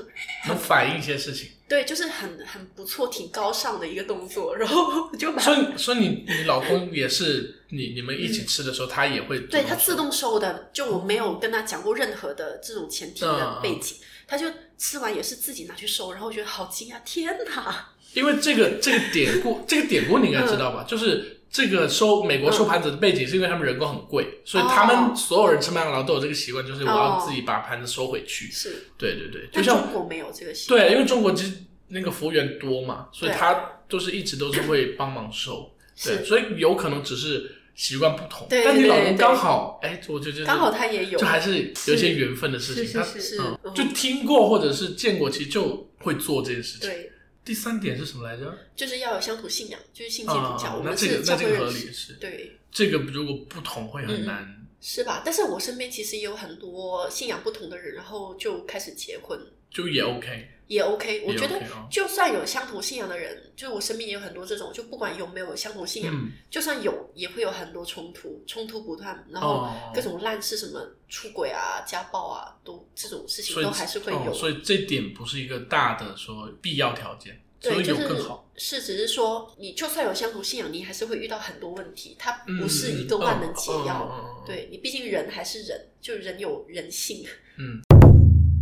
Speaker 1: 能反映一些事情。
Speaker 3: 对，就是很很不错，挺高尚的一个动作，然后我 就把
Speaker 1: 所以所以你你老公也是你你们一起吃的时候，他也会
Speaker 3: 嗯对
Speaker 1: 主动
Speaker 3: 他自
Speaker 1: 说
Speaker 3: 动收的，就我没有跟他讲过任何的这种前提
Speaker 1: 嗯
Speaker 3: 的背景，他就吃完也是自己拿去收，然后我觉得好惊讶，天哪！
Speaker 1: 因为这个这个典故，这个典故你应该知
Speaker 3: 嗯
Speaker 1: 道吧？就是这个收美国收盘子的背景，是因为他们人工很贵，所以他
Speaker 3: 哦
Speaker 1: 们所有人吃麦当劳都有这个习惯，就是我要自己把盘子收回去。
Speaker 3: 是，
Speaker 1: 对对对，就
Speaker 3: 哦但
Speaker 1: 像
Speaker 3: 中国没有这个习惯，
Speaker 1: 对，因为中国其实那个服务员多嘛，所以
Speaker 3: 对
Speaker 1: 他就是一直都是会帮忙收。对，
Speaker 3: 是
Speaker 1: 所以有可能只是习惯不同，
Speaker 3: 对
Speaker 1: 但你
Speaker 3: 对
Speaker 1: 老
Speaker 3: 对
Speaker 1: 公
Speaker 3: 对
Speaker 1: 刚好，哎，我就觉得
Speaker 3: 刚好他也有
Speaker 1: 就，还是有一些缘分的事情，
Speaker 2: 是
Speaker 1: 他
Speaker 2: 是
Speaker 3: 是，
Speaker 1: 嗯
Speaker 3: 嗯
Speaker 1: 就听过或者是见过，其实就会做这件事情。
Speaker 3: 对，
Speaker 1: 第三点是什么来着？
Speaker 3: 就是要有相同信仰，就是信基督
Speaker 1: 啊，
Speaker 3: 教，我
Speaker 1: 那
Speaker 3: 们
Speaker 1: 这
Speaker 3: 是
Speaker 1: 个那
Speaker 3: 教
Speaker 1: 这
Speaker 3: 会
Speaker 1: 个合
Speaker 3: 人
Speaker 1: 理
Speaker 3: 士，
Speaker 1: 是，
Speaker 3: 对，嗯
Speaker 1: 这个如果不同会很难。
Speaker 3: 是吧？但是我身边其实也有很多信仰不同的人，然后就开始结婚，
Speaker 1: 就也 OK，
Speaker 3: 也 OK。我
Speaker 1: 也
Speaker 3: 觉得
Speaker 1: OK 哦
Speaker 3: 就算有相同信仰的人，就是我身边也有很多这种，就不管有没有相同信仰，
Speaker 1: 嗯，
Speaker 3: 就算有也会有很多冲突，冲突不断，然后
Speaker 1: 哦，
Speaker 3: 各种烂事，什么出轨啊、家暴啊，都这种事情
Speaker 1: 所以
Speaker 3: 都还是会
Speaker 1: 哦
Speaker 3: 有。
Speaker 1: 所以这点不是一个大的说必要条件，所
Speaker 3: 对，
Speaker 1: 以
Speaker 3: 就
Speaker 1: 有
Speaker 3: 是
Speaker 1: 更好。
Speaker 3: 是，只是说你就算有相同信仰，你还是会遇到很多问题，它
Speaker 1: 嗯
Speaker 3: 不是一个万能解药。，
Speaker 1: 嗯，
Speaker 3: 对你，毕竟人还是人，就人有人性。
Speaker 1: 嗯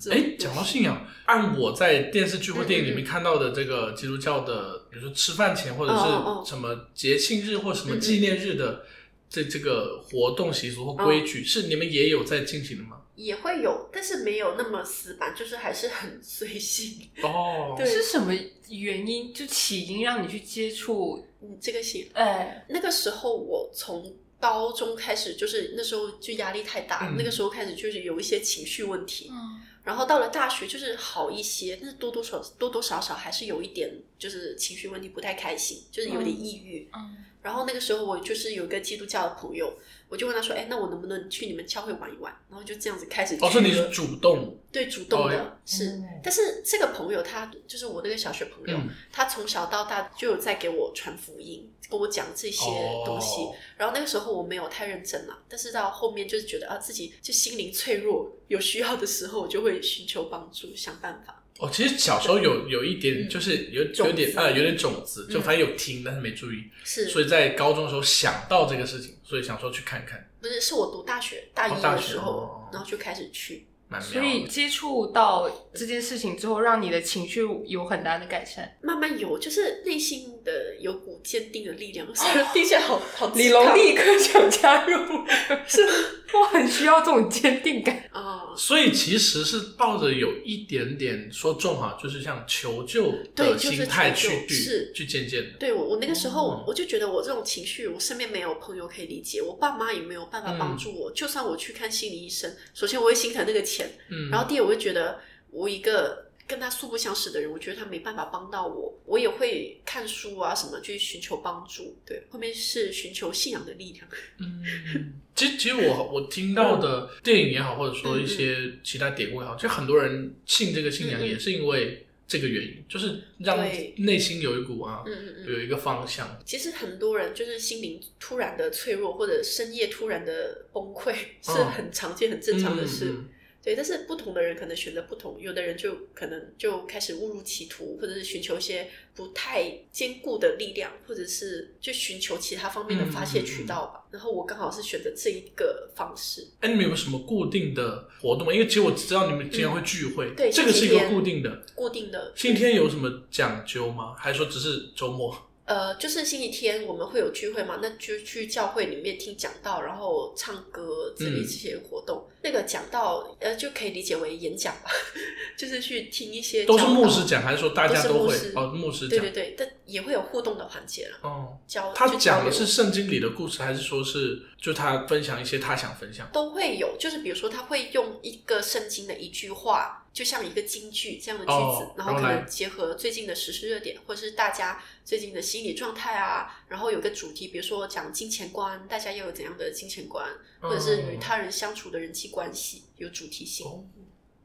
Speaker 3: 这
Speaker 1: 嗯嗯嗯
Speaker 3: 种
Speaker 1: 哎，讲到信仰，按我在电视
Speaker 3: 嗯
Speaker 1: 剧或电影里面看到的这个基督教的，比如说吃饭前或者
Speaker 3: 哦哦哦嗯
Speaker 1: 是什么节庆日或什么纪念日的这这个活动习俗或
Speaker 3: 哦
Speaker 1: 规矩，是你们也有在进行的吗？
Speaker 3: 也会有，但是没有那么死板，就是还是很随性。
Speaker 1: 哦，
Speaker 3: 对
Speaker 2: 是什么原因？就起因让你去接触？
Speaker 3: 嗯，这个行。
Speaker 2: 哎，
Speaker 3: 那个时候我从高中开始，就是那时候就压力太大，
Speaker 1: 嗯
Speaker 3: 那个时候开始就是有一些情绪问题。
Speaker 2: 嗯，
Speaker 3: 然后到了大学就是好一些，但是多多少多多少少还是有一点就是情绪问题，不太开心，就是有点抑郁。
Speaker 1: 哦
Speaker 3: 然后那个时候我就是有一个基督教的朋友，我就问他说：“哎，那我能不能去你们教会玩一玩？”然后就这样子开始去了。
Speaker 1: 哦，所以你是主动，
Speaker 3: 对，主动的、
Speaker 1: 哦
Speaker 3: 是
Speaker 2: 嗯，
Speaker 3: 但是这个朋友他就是我那个小学朋友，
Speaker 1: 嗯
Speaker 3: 他从小到大就有在给我传福音，跟我讲这些东西。
Speaker 1: 哦
Speaker 3: 然后那个时候我没有太认真了，但是到后面就是觉得啊，自己就心灵脆弱，有需要的时候我就会寻求帮助，想办法。
Speaker 1: 哦，其实小时候有有一点，
Speaker 3: 嗯
Speaker 1: 就是有
Speaker 3: 种
Speaker 1: 有点
Speaker 3: 子
Speaker 1: 呃，有点种子，就
Speaker 3: 嗯
Speaker 1: 反正有听，但是没注意，
Speaker 3: 是，
Speaker 1: 所以在高中的时候想到这个事情，所以想说去看看，
Speaker 3: 不是是我读大学大
Speaker 1: 哦
Speaker 3: 一
Speaker 1: 大
Speaker 3: 的
Speaker 1: 学
Speaker 3: 时候，
Speaker 1: 哦
Speaker 3: 然后就开始去。
Speaker 1: 蛮
Speaker 2: 所
Speaker 1: 妙
Speaker 2: 以
Speaker 1: 的。
Speaker 2: 接触到这件事情之后，让你的情绪有很大的改善。
Speaker 3: 慢慢有，就是内心的有股坚定的 力量， 虽然听起来好好鸡汤
Speaker 2: 立刻想加 入，
Speaker 3: 是吗
Speaker 2: 我很需要这种坚定感。
Speaker 3: 啊、
Speaker 1: 所以其实是抱着有一点点说重哈，就是像求救
Speaker 3: 对
Speaker 1: 的
Speaker 3: 就是
Speaker 1: 心态
Speaker 3: 求
Speaker 1: 去
Speaker 3: 救是
Speaker 1: 去去渐渐的。
Speaker 3: 对我，我那个时候
Speaker 1: 哦
Speaker 3: 我就觉得我这种情绪，我身边没有朋友可以理解，我爸妈也没有办法
Speaker 1: 嗯
Speaker 3: 帮助我。就算我去看心理医生，首先我会心疼那个钱，
Speaker 1: 嗯，
Speaker 3: 然后第二我会觉得我一个跟他素不相识的人，我觉得他没办法帮到我，我也会看书啊什么去寻求帮助。对，后面是寻求信仰的力 量。
Speaker 1: 嗯，其实其实我我听到的电影也好，或者说一些其他典故也好，就很多人信这个信仰
Speaker 3: 嗯嗯
Speaker 1: 也是因为这个原因，就是让
Speaker 3: 对
Speaker 1: 内心有一股啊，
Speaker 3: 嗯嗯嗯。
Speaker 1: 有一个方向。
Speaker 3: 其实很多人就是心灵突然的脆弱，或者深夜突然的崩溃，是很常见、很正常的事。
Speaker 1: 嗯
Speaker 3: 对，但是不同的人可能选择不同，有的人就可能就开始误入歧途，或者是寻求一些不太坚固的力量，或者是就寻求其他方面的发泄
Speaker 1: 嗯
Speaker 3: 渠道吧。然后我刚好是选择这一个方式，
Speaker 1: 哎、你们有没有什么固定的活动吗？因为其实我知道你们经常会聚会，
Speaker 3: 对
Speaker 1: 这个是一
Speaker 3: 星期
Speaker 1: 个
Speaker 3: 天
Speaker 1: 固定的。
Speaker 3: 固定的
Speaker 1: 星期天有什么讲究吗？还是说只是周末？
Speaker 3: 呃，就是星期天我们会有聚会嘛，那就去教会里面听讲道，然后唱歌之类
Speaker 1: 嗯
Speaker 3: 这些活动。那个讲道，呃，就可以理解为演讲吧， 就是去听一些
Speaker 1: 都是
Speaker 3: 教
Speaker 1: 牧
Speaker 3: 导
Speaker 1: 师讲，还是说大家
Speaker 3: 都是
Speaker 1: 都
Speaker 3: 牧
Speaker 1: 会
Speaker 3: 师？
Speaker 1: 哦，牧师
Speaker 3: 对
Speaker 1: 讲
Speaker 3: 对。对，但也会有互动的环节了。
Speaker 1: 哦，
Speaker 3: 教
Speaker 1: 他
Speaker 3: 就交
Speaker 1: 讲的
Speaker 3: 流
Speaker 1: 是圣经里的故事，还是说是就他分享一些他想分享？
Speaker 3: 都会有，就是比如说他会用一个圣经的一句话，就像一个京剧这样的句子，
Speaker 1: 哦
Speaker 3: 然后
Speaker 1: 然后
Speaker 3: 可
Speaker 1: 来
Speaker 3: 能结合最近的时事热点，或者是大家最近的心理状态啊，然后有个主题，比如说讲金钱观，大家又有怎样的金钱观，
Speaker 1: 嗯
Speaker 3: 或者是与他人相处的人际关系有主题性。
Speaker 1: 哦，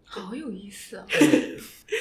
Speaker 2: 好有意思啊！
Speaker 1: 哎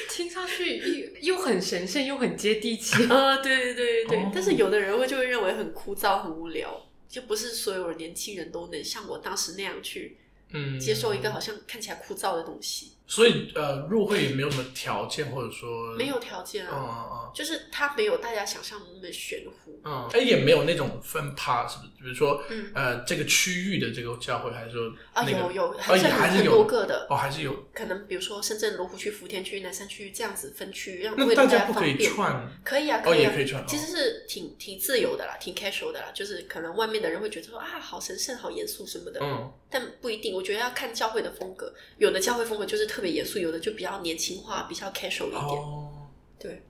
Speaker 2: 听上去又又很神圣，又很接地气。
Speaker 3: 呃，对对对对，
Speaker 1: 哦
Speaker 3: 但是有的人会就会认为很枯燥、很无聊，就不是所有年轻人都能像我当时那样去
Speaker 1: 嗯，
Speaker 3: 接受一个好像看起来枯燥的东西，
Speaker 1: 所以呃，入会也没有什么条件，或者说
Speaker 3: 没有，条件
Speaker 1: 嗯
Speaker 3: 啊。
Speaker 1: 嗯嗯
Speaker 3: 就是它没有大家想象那么玄乎。
Speaker 1: 嗯，哎，也没有那种分趴，是不是？比如说
Speaker 3: 嗯
Speaker 1: 呃，这个区域的这个教会，还是说
Speaker 3: 啊，
Speaker 1: 那个
Speaker 3: 有有，
Speaker 1: 啊
Speaker 3: 还
Speaker 1: 也
Speaker 3: 是
Speaker 1: 还
Speaker 3: 很
Speaker 1: 是
Speaker 3: 很
Speaker 1: 有
Speaker 3: 多个的，
Speaker 1: 哦，还是有。
Speaker 3: 可能比如说深圳罗湖区、福田区、南山区这样子分区，让
Speaker 1: 那
Speaker 3: 为了
Speaker 1: 家
Speaker 3: 家
Speaker 1: 不可
Speaker 3: 方
Speaker 1: 以
Speaker 3: 便。
Speaker 1: 串
Speaker 3: 可以啊，
Speaker 1: 哦，
Speaker 3: 以
Speaker 1: 也
Speaker 3: 啊
Speaker 1: 可，以串。
Speaker 3: 其实是挺挺自由的啦，挺 casual 的啦，就是可能外面的人会觉得说啊，好神圣、好严肃什么的，
Speaker 1: 哦
Speaker 3: 但不一定。我觉得要看教会的风格，有的教会风格就是特别严肃，有的就比较年轻化、比较 casual
Speaker 1: 嗯
Speaker 3: 一点。
Speaker 1: 哦，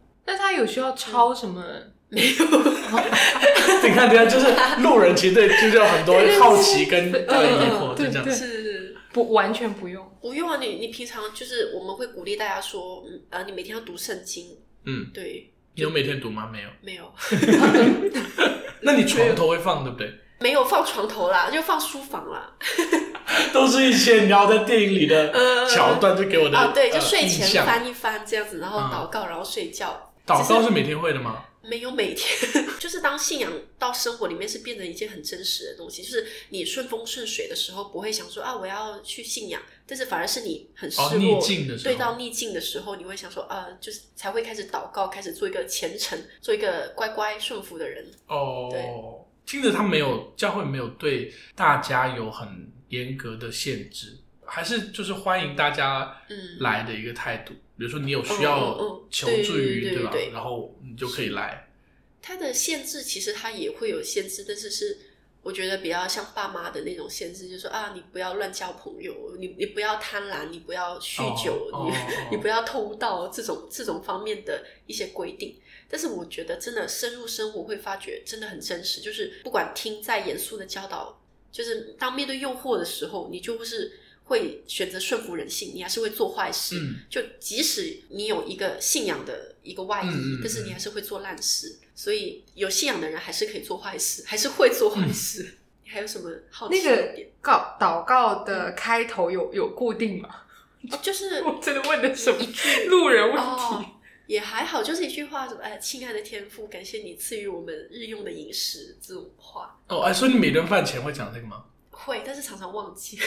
Speaker 2: 那他有需要抄什么？
Speaker 3: 没有，
Speaker 1: 你看，等一下就是路人，其实对就是有很多
Speaker 2: 对对对
Speaker 1: 好奇跟
Speaker 2: 对
Speaker 1: 呃疑
Speaker 3: 嗯
Speaker 1: 惑，
Speaker 2: 对
Speaker 1: 就这样
Speaker 2: 对
Speaker 1: 子。
Speaker 3: 是
Speaker 2: 不，完全不用。
Speaker 3: 不用啊，你你平常就是我们会鼓励大家说，嗯呃，你每天要读圣经，
Speaker 1: 嗯，
Speaker 3: 对，
Speaker 1: 你有每天读吗？没有。
Speaker 3: 没有，
Speaker 1: 那你床头会放对不对？
Speaker 3: 没有放床头啦，就放书房啦。
Speaker 1: 都是一些你要在电影里的
Speaker 3: 呃
Speaker 1: 桥段，就给我的
Speaker 3: 啊，对，
Speaker 1: 呃
Speaker 3: 就睡
Speaker 1: 印
Speaker 3: 前
Speaker 1: 象
Speaker 3: 翻一翻这样子，然后
Speaker 1: 嗯
Speaker 3: 祷告，然后睡觉。
Speaker 1: 祷告
Speaker 3: 只
Speaker 1: 是每天会的吗？
Speaker 3: 没有每天， 就是当信仰到生活里面是变成一件很真实的东西，就是你顺风顺水的时候，不会想说啊我要去信仰，但是反而是你很失落、
Speaker 1: 哦，逆境的时候，
Speaker 3: 对到逆境的时候，你会想说啊，就是才会开始祷告，开始做一个虔诚，做一个乖乖顺服的人。
Speaker 1: 哦，听着他没有教会没有对大家有很严格的限制，还是就是欢迎大家
Speaker 3: 嗯
Speaker 1: 来的一个态度。比如说你有需
Speaker 3: 嗯嗯
Speaker 1: 要
Speaker 3: 嗯
Speaker 1: 求
Speaker 3: 对
Speaker 1: 助于
Speaker 3: 对对
Speaker 1: 吧
Speaker 3: 对，
Speaker 1: 然后你就可以来。
Speaker 3: 它的限制其实它也会有限制，但是是我觉得比较像爸妈的那种限制，就是说啊，你不要乱交朋友，你你不要贪婪，你不要酗酒，
Speaker 1: 哦哦
Speaker 3: 你、
Speaker 1: 哦
Speaker 3: 你不 要偷盗这种这种方面的一些规定。但是我觉得真的深入生活会发觉真的很真实，就是不管听再严肃的教导，就是当面对诱惑的时候，你就是会选择顺服人性，你还是会做坏事。
Speaker 1: 嗯，
Speaker 3: 就即使你有一个信仰的一个外衣，
Speaker 1: 嗯嗯嗯
Speaker 3: 但是你还是会做烂事。所以有信仰的人还是可以做坏事，还是会做坏事。你哦还有什么好奇
Speaker 2: 那
Speaker 3: 的
Speaker 2: 个
Speaker 3: 点？嗯
Speaker 2: 告祷告的开头有有固定吗？
Speaker 3: 哦就是
Speaker 2: 我真的问的什么
Speaker 3: 一句
Speaker 2: 路人问
Speaker 3: 哦
Speaker 2: 题？，
Speaker 3: 也还好，就是一句话，什么哎，亲爱的天父，感谢你赐予我们日用的饮食这种话。
Speaker 1: 哦，哎，所以你每顿饭前会讲这个吗？
Speaker 3: 会，但是常常忘 记。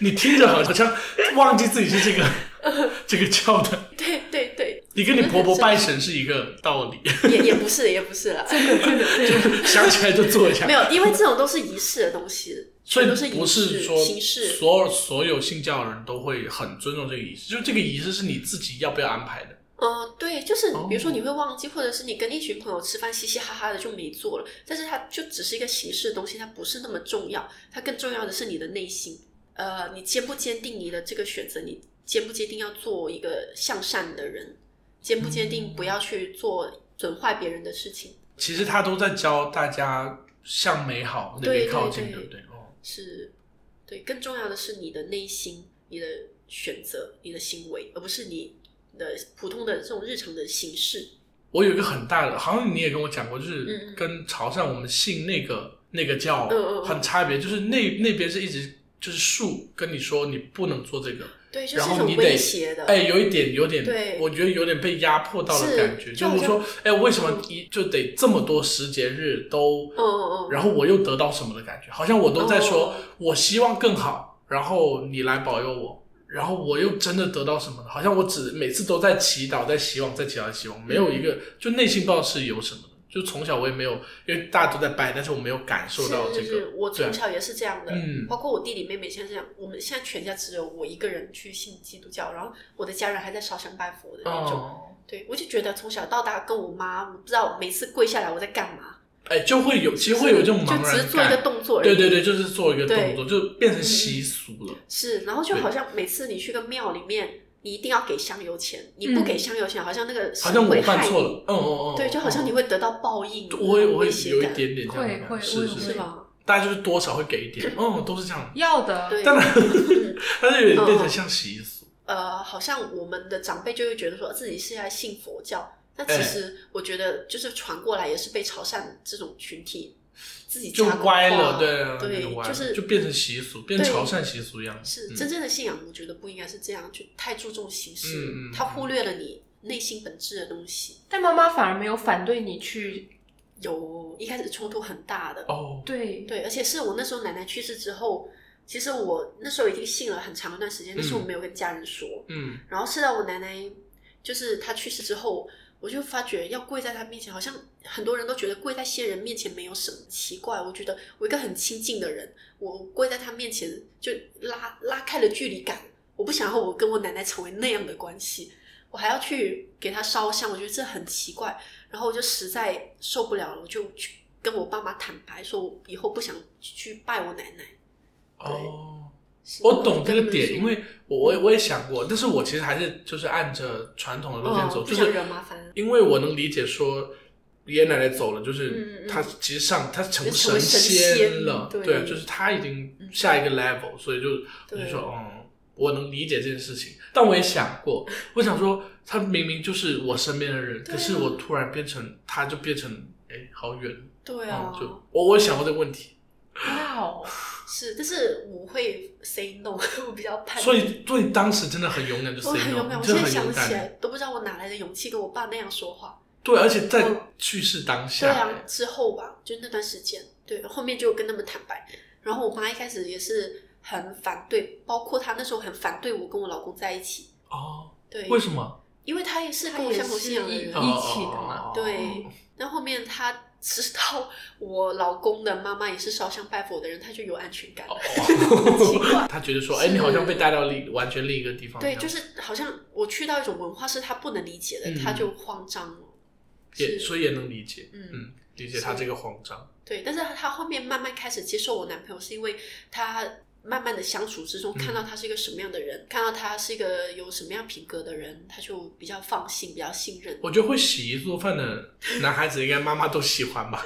Speaker 1: 你听着好像忘记自己是这个 这个教的，
Speaker 3: 对对对，
Speaker 1: 你跟你婆婆拜神是一个道 理，
Speaker 3: 也也不是，也不是啦，
Speaker 2: 真的真的真的，
Speaker 1: 想起来就做一下
Speaker 3: 没。有，因为这种都是仪式的东西，
Speaker 1: 所
Speaker 3: 全
Speaker 1: 以
Speaker 3: 都是
Speaker 1: 不
Speaker 3: 仪
Speaker 1: 是
Speaker 3: 式
Speaker 1: 说
Speaker 3: 形式。
Speaker 1: 所有所有信教的人都会很尊重这个仪式，就这个仪式是你自己要不要安排的。
Speaker 3: 嗯，对，就是
Speaker 1: 哦
Speaker 3: 比如说你会忘记，或者是你跟一群朋友吃饭嘻嘻哈哈的就没做了，但是它就只是一个形式的东西，它不是那么重要，它更重要的是你的内心，呃，你坚不坚定你的这个选择，你坚不坚定要做一个向善的人，坚不坚
Speaker 1: 嗯
Speaker 3: 定不要去做损坏别人的事情，
Speaker 1: 其实他都在教大家向美好那边
Speaker 3: 对
Speaker 1: 靠近，对
Speaker 3: 对
Speaker 1: 不对？
Speaker 3: 对
Speaker 1: 哦，
Speaker 3: 是对，更重要的是你的内心、你的选择、你的行为，而不是你的普通的这种日常的形式。
Speaker 1: 我有一个很大的，好像你也跟我讲过，就是
Speaker 3: 嗯
Speaker 1: 跟潮汕我们信那个那个教
Speaker 3: 嗯嗯嗯
Speaker 1: 很差别，就是那那边是一直就是树跟你说你不能做这个，
Speaker 3: 对，就是
Speaker 1: 然
Speaker 3: 一
Speaker 1: 后
Speaker 3: 种
Speaker 1: 你
Speaker 3: 威
Speaker 1: 得
Speaker 3: 胁的。
Speaker 1: 哎，有一点有点，
Speaker 3: 对
Speaker 1: 我觉得有点被压迫到的
Speaker 3: 是
Speaker 1: 感觉，
Speaker 3: 就
Speaker 1: 就
Speaker 3: 好
Speaker 1: 我说
Speaker 3: 像，
Speaker 1: 哎，为什么一就得这么多时节日都，
Speaker 3: 嗯嗯嗯，
Speaker 1: 然后我又得到什么的感觉，好像我都在说
Speaker 3: 哦
Speaker 1: 我希望更好，然后你来保佑我。然后我又真的得到什么了？好像我只每次都在祈祷，在希望，在祈祷，在希望，没有一
Speaker 3: 嗯
Speaker 1: 个就内心不知道是有什么的。就从小我也没有，因为大家都在拜，但是我没有感受到这
Speaker 3: 是
Speaker 1: 个。
Speaker 3: 是是，我
Speaker 1: 对啊
Speaker 3: 从小也是这样的，
Speaker 1: 嗯
Speaker 3: 包括我弟弟妹妹现在这样。我们现在全家只有我一个人去信基督教，然后我的家人还在烧香拜佛的那种。
Speaker 1: 哦，
Speaker 3: 对，我就觉得从小到大跟我妈，我不知道每次跪下来我在干嘛，
Speaker 1: 哎，就会有，其实会有这种茫然
Speaker 3: 就
Speaker 1: 感。
Speaker 3: 只是做一个动作而已。
Speaker 1: 对对对，就是做一个
Speaker 3: 对嗯
Speaker 1: 动作，就变成习俗了。
Speaker 3: 是，然后就
Speaker 1: 对
Speaker 3: 好像每次你去个庙里面，你一定要给香油钱，你不
Speaker 2: 嗯
Speaker 3: 给香油钱，好像那个
Speaker 1: 好
Speaker 3: 神
Speaker 1: 像
Speaker 3: 会
Speaker 1: 我犯
Speaker 3: 害
Speaker 1: 错
Speaker 3: 你
Speaker 1: 了，嗯嗯嗯，
Speaker 3: 对，就好像你
Speaker 1: 嗯
Speaker 3: 会得到报应，
Speaker 1: 我会我会
Speaker 3: 威胁
Speaker 1: 有一
Speaker 3: 感
Speaker 1: 点嗯点这样的感觉，
Speaker 2: 会会
Speaker 1: 是
Speaker 2: 我
Speaker 1: 是
Speaker 2: 也
Speaker 3: 是
Speaker 1: 是，
Speaker 3: 吧？
Speaker 1: 大家就是多少会给一点，嗯，都是这样，
Speaker 2: 要的，
Speaker 3: 对，
Speaker 1: 当 然
Speaker 3: 嗯
Speaker 1: 但是有点变成
Speaker 3: 嗯
Speaker 1: 像习俗，
Speaker 3: 呃，好像我们的长辈就会觉得说自己是在信佛教，但其
Speaker 1: 哎
Speaker 3: 实我觉得就是传过来也是被潮汕这种群体自己
Speaker 1: 就
Speaker 3: 家
Speaker 1: 歪
Speaker 3: 文化
Speaker 1: 了，对啊，
Speaker 3: 对
Speaker 1: 就歪了
Speaker 3: 就是
Speaker 1: 就变成习俗，变
Speaker 3: 对
Speaker 1: 潮汕习俗一样，
Speaker 3: 是
Speaker 1: 嗯
Speaker 3: 真正的信仰，我觉得不应该是这样，就太注重形式，
Speaker 1: 嗯嗯
Speaker 3: 他忽略了你内心本质的东西。
Speaker 2: 但妈妈反而没有反对你去，
Speaker 3: 有一开始冲突很大的，
Speaker 1: 哦，
Speaker 2: 对，
Speaker 3: 对，而且是我那时候奶奶去世之后，其实我那时候已经信了很长一段时间，但是我
Speaker 1: 嗯
Speaker 3: 没有跟家人说。
Speaker 1: 嗯，
Speaker 3: 然后是到我奶奶，就是她去世之后，我就发觉要跪在她面前，好像很多人都觉得跪在先人面前没有什么奇怪。我觉得我一个很亲近的人，我跪在她面前就拉拉开了距离感。我不想要我跟我奶奶成为那样的关系，我还要去给她烧香，我觉得这很奇怪。然后我就实在受不了了，我就去跟我爸妈坦白说，我以后不想去拜我奶奶。嗯
Speaker 1: 哦。
Speaker 3: 是
Speaker 1: 我懂这
Speaker 3: 跟
Speaker 1: 个
Speaker 3: 他们
Speaker 1: 点，
Speaker 3: 说
Speaker 1: 因为我我也我也想过，但是我其实还是就是按着传统的路线走，
Speaker 3: 哦
Speaker 1: 就
Speaker 3: 不想
Speaker 1: 是
Speaker 3: 惹麻烦
Speaker 1: 因为我能理解说爷爷奶奶走了，就
Speaker 3: 嗯
Speaker 1: 是
Speaker 3: 嗯
Speaker 1: 他其实上他成
Speaker 3: 就成为神
Speaker 1: 仙
Speaker 3: 仙嗯
Speaker 1: 了，
Speaker 3: 对嗯
Speaker 1: 对，就是他已经下一个 level，所以就我
Speaker 3: 对
Speaker 1: 就说嗯。我能理解这件事情，但我也想 过，我想说，他明明就是我身边的人，
Speaker 3: 对啊
Speaker 1: 可是我突然变成，他就变成，哎，好远，
Speaker 3: 对啊
Speaker 1: 嗯，，就我我也想过这个问题，
Speaker 2: 哇哦，
Speaker 3: 是，但是我会 say no，我 比较叛逆，
Speaker 1: 所以对当时真的很勇敢，就
Speaker 3: 我
Speaker 1: say
Speaker 3: 很
Speaker 1: no，
Speaker 3: 勇敢。我
Speaker 1: 真的
Speaker 3: 现在
Speaker 1: 很
Speaker 3: 想
Speaker 1: 勇
Speaker 3: 起
Speaker 1: 敢欸
Speaker 3: 来，都不知道我哪来的勇气跟我爸那样说话。
Speaker 1: 对，而且在
Speaker 3: 嗯
Speaker 1: 去世当下，
Speaker 3: 对啊，之后吧，就那段时间，对，后面就跟他们坦白。然后我妈一开始也是很反对，包括她那时候很反对我跟我老公在一起。
Speaker 1: 哦，
Speaker 3: 对，
Speaker 1: 为什么？
Speaker 3: 因为她也是跟我相同信仰的人
Speaker 2: 她也是一。一起的嘛
Speaker 1: 哦
Speaker 3: 对，那后面她知道我老公的妈妈也是烧香拜佛的人，她就有安全感。
Speaker 1: 哦
Speaker 3: 奇怪
Speaker 1: 他觉得说，哎，
Speaker 3: 是
Speaker 1: 你好像 被带到另完全另一个地方，
Speaker 3: 对，
Speaker 1: 这样
Speaker 3: 就是好像我去到一种文化是他不能理解的，
Speaker 1: 嗯
Speaker 3: 他就慌张了。
Speaker 1: 也
Speaker 3: 是
Speaker 1: 所以也能理解，
Speaker 3: 嗯
Speaker 1: 嗯，理解他这个慌张，
Speaker 3: 对，但是他后面慢慢开始接受我男朋友，是因为他慢慢的相处之中，
Speaker 1: 嗯
Speaker 3: 看到他是一个什么样的人，看到他是一个有什么样品格的人，他就比较放心，比较信任，
Speaker 1: 我觉得会洗衣做饭的男孩子，应该妈妈都喜欢吧？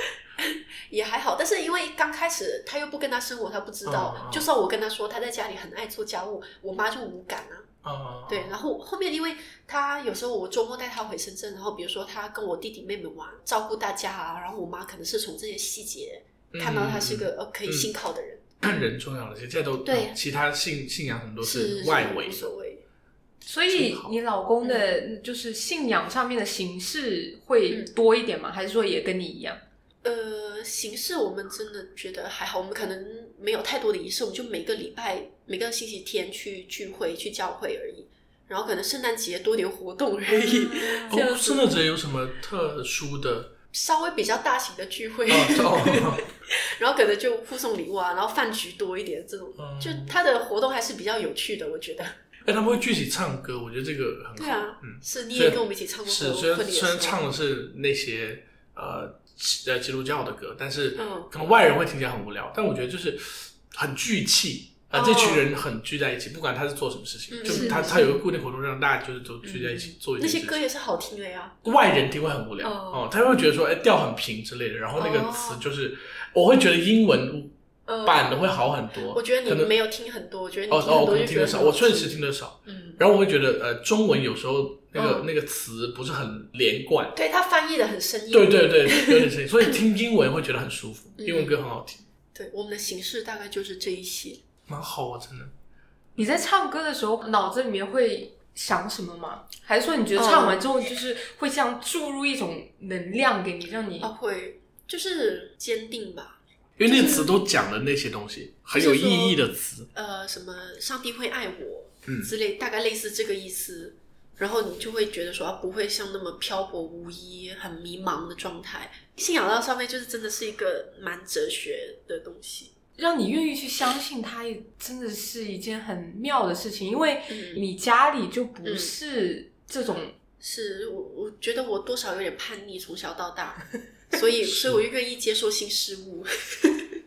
Speaker 3: 也还好。但是因为刚开始他又不跟他生活，他不知道。
Speaker 1: 嗯嗯
Speaker 3: 就算我跟他说他在家里很爱做家务，我妈就无感啊。
Speaker 1: 啊，
Speaker 3: 对，然后后面因为他有时候我周末带他回深圳，然后比如说他跟我弟弟妹妹玩，照顾大家啊，然后我妈可能是从这些细节
Speaker 1: 嗯
Speaker 3: 看到他是一个呃可以
Speaker 1: 嗯
Speaker 3: 信靠的人，
Speaker 1: 看人重要了，现在都嗯
Speaker 3: 对
Speaker 1: 其他信信仰很多
Speaker 3: 是
Speaker 1: 外围
Speaker 3: 无
Speaker 1: 的，
Speaker 3: 所谓。
Speaker 2: 所以你老公的
Speaker 3: 嗯
Speaker 2: 就是信仰上面的形式会多一点
Speaker 3: 嗯
Speaker 2: 吗？还是说也跟你一样？
Speaker 3: 呃，形式我们真的觉得还好，我们可能没有太多的仪式，我们就每个礼拜每个星期天去聚会去教会而已，然后可能圣诞节多点活动 而已，这样
Speaker 1: 哦，
Speaker 3: 子
Speaker 1: 圣诞节有什么特殊的？
Speaker 3: 稍微比较大型的聚会。
Speaker 1: 哦，
Speaker 3: 然后可能就互送礼物啊，然后饭局多一点这种，
Speaker 1: 嗯
Speaker 3: 就他的活动还是比较有趣的，我觉得。
Speaker 1: 哎，他们会具体唱歌，我觉得这个很好，
Speaker 3: 对啊，
Speaker 1: 嗯。
Speaker 3: 是你
Speaker 1: 虽
Speaker 3: 也
Speaker 1: 然
Speaker 3: 跟我们一起唱过
Speaker 1: 是，
Speaker 3: 歌，
Speaker 1: 虽然
Speaker 3: 婚礼的
Speaker 1: 虽然
Speaker 3: 时候
Speaker 1: 唱的是那些呃基呃基督教的歌，但是
Speaker 3: 嗯
Speaker 1: 可能外人会听起来很无聊，但我觉得就是很聚气啊、呃这
Speaker 3: 哦
Speaker 1: 群人很聚在一起，不管他是做什么事情，
Speaker 3: 嗯
Speaker 1: 就是他
Speaker 2: 是
Speaker 1: 他有一个固定活动，让大家就是都聚在一起做一
Speaker 3: 那
Speaker 1: 件
Speaker 3: 些
Speaker 1: 事
Speaker 3: 歌
Speaker 1: 情。
Speaker 3: 也是好听的呀。
Speaker 1: 外人听会很无聊
Speaker 3: 哦
Speaker 1: 哦、他会觉得说，哎，调很平之类的，然后那个
Speaker 3: 哦
Speaker 1: 词就是，我会觉得英文
Speaker 3: 呃
Speaker 1: 版的会好很多。
Speaker 3: 我觉得
Speaker 1: 哦可
Speaker 3: 你
Speaker 1: 能
Speaker 3: 没有听很多，我觉得
Speaker 1: 哦哦，
Speaker 3: 你很
Speaker 1: 我可
Speaker 3: 多
Speaker 1: 能
Speaker 3: 就
Speaker 1: 听
Speaker 3: 觉
Speaker 1: 得
Speaker 3: 得
Speaker 1: 少，
Speaker 3: 很好
Speaker 1: 我确
Speaker 3: 听
Speaker 1: 实听得少。
Speaker 3: 嗯，
Speaker 1: 然后我会觉得，呃，中文有时候那个、
Speaker 3: 嗯
Speaker 1: 那个词不是很连贯，
Speaker 3: 对他翻译的很生硬。
Speaker 1: 对对对， 有点声音，所以听英文会觉得很舒服，
Speaker 3: 嗯
Speaker 1: 英文歌很好听，
Speaker 3: 对，我们的形式大概就是这一些。
Speaker 1: 蛮好啊，真的。
Speaker 2: 你在唱歌的时候，脑子里面会想什么吗？还是说你觉得唱完之后，就是会像注入一种能量给你，让你
Speaker 3: 啊，会就是坚定吧。
Speaker 1: 因为那个词都讲了那些东西，很有意义的词，
Speaker 3: 呃，什么上帝会爱我，
Speaker 1: 嗯
Speaker 3: 之类，大概类似这个意思。然后你就会觉得说，啊不会像那么漂泊无依、很迷茫的状态。信仰到上面就是真的是一个蛮哲学的东西。
Speaker 2: 让你愿意去相信它，也真的是一件很妙的事情。因为
Speaker 3: 嗯
Speaker 2: 你家里就不是这种，
Speaker 3: 是我，我觉得我多少有点叛逆，从小到大，所以，所以我就愿意接受新事物。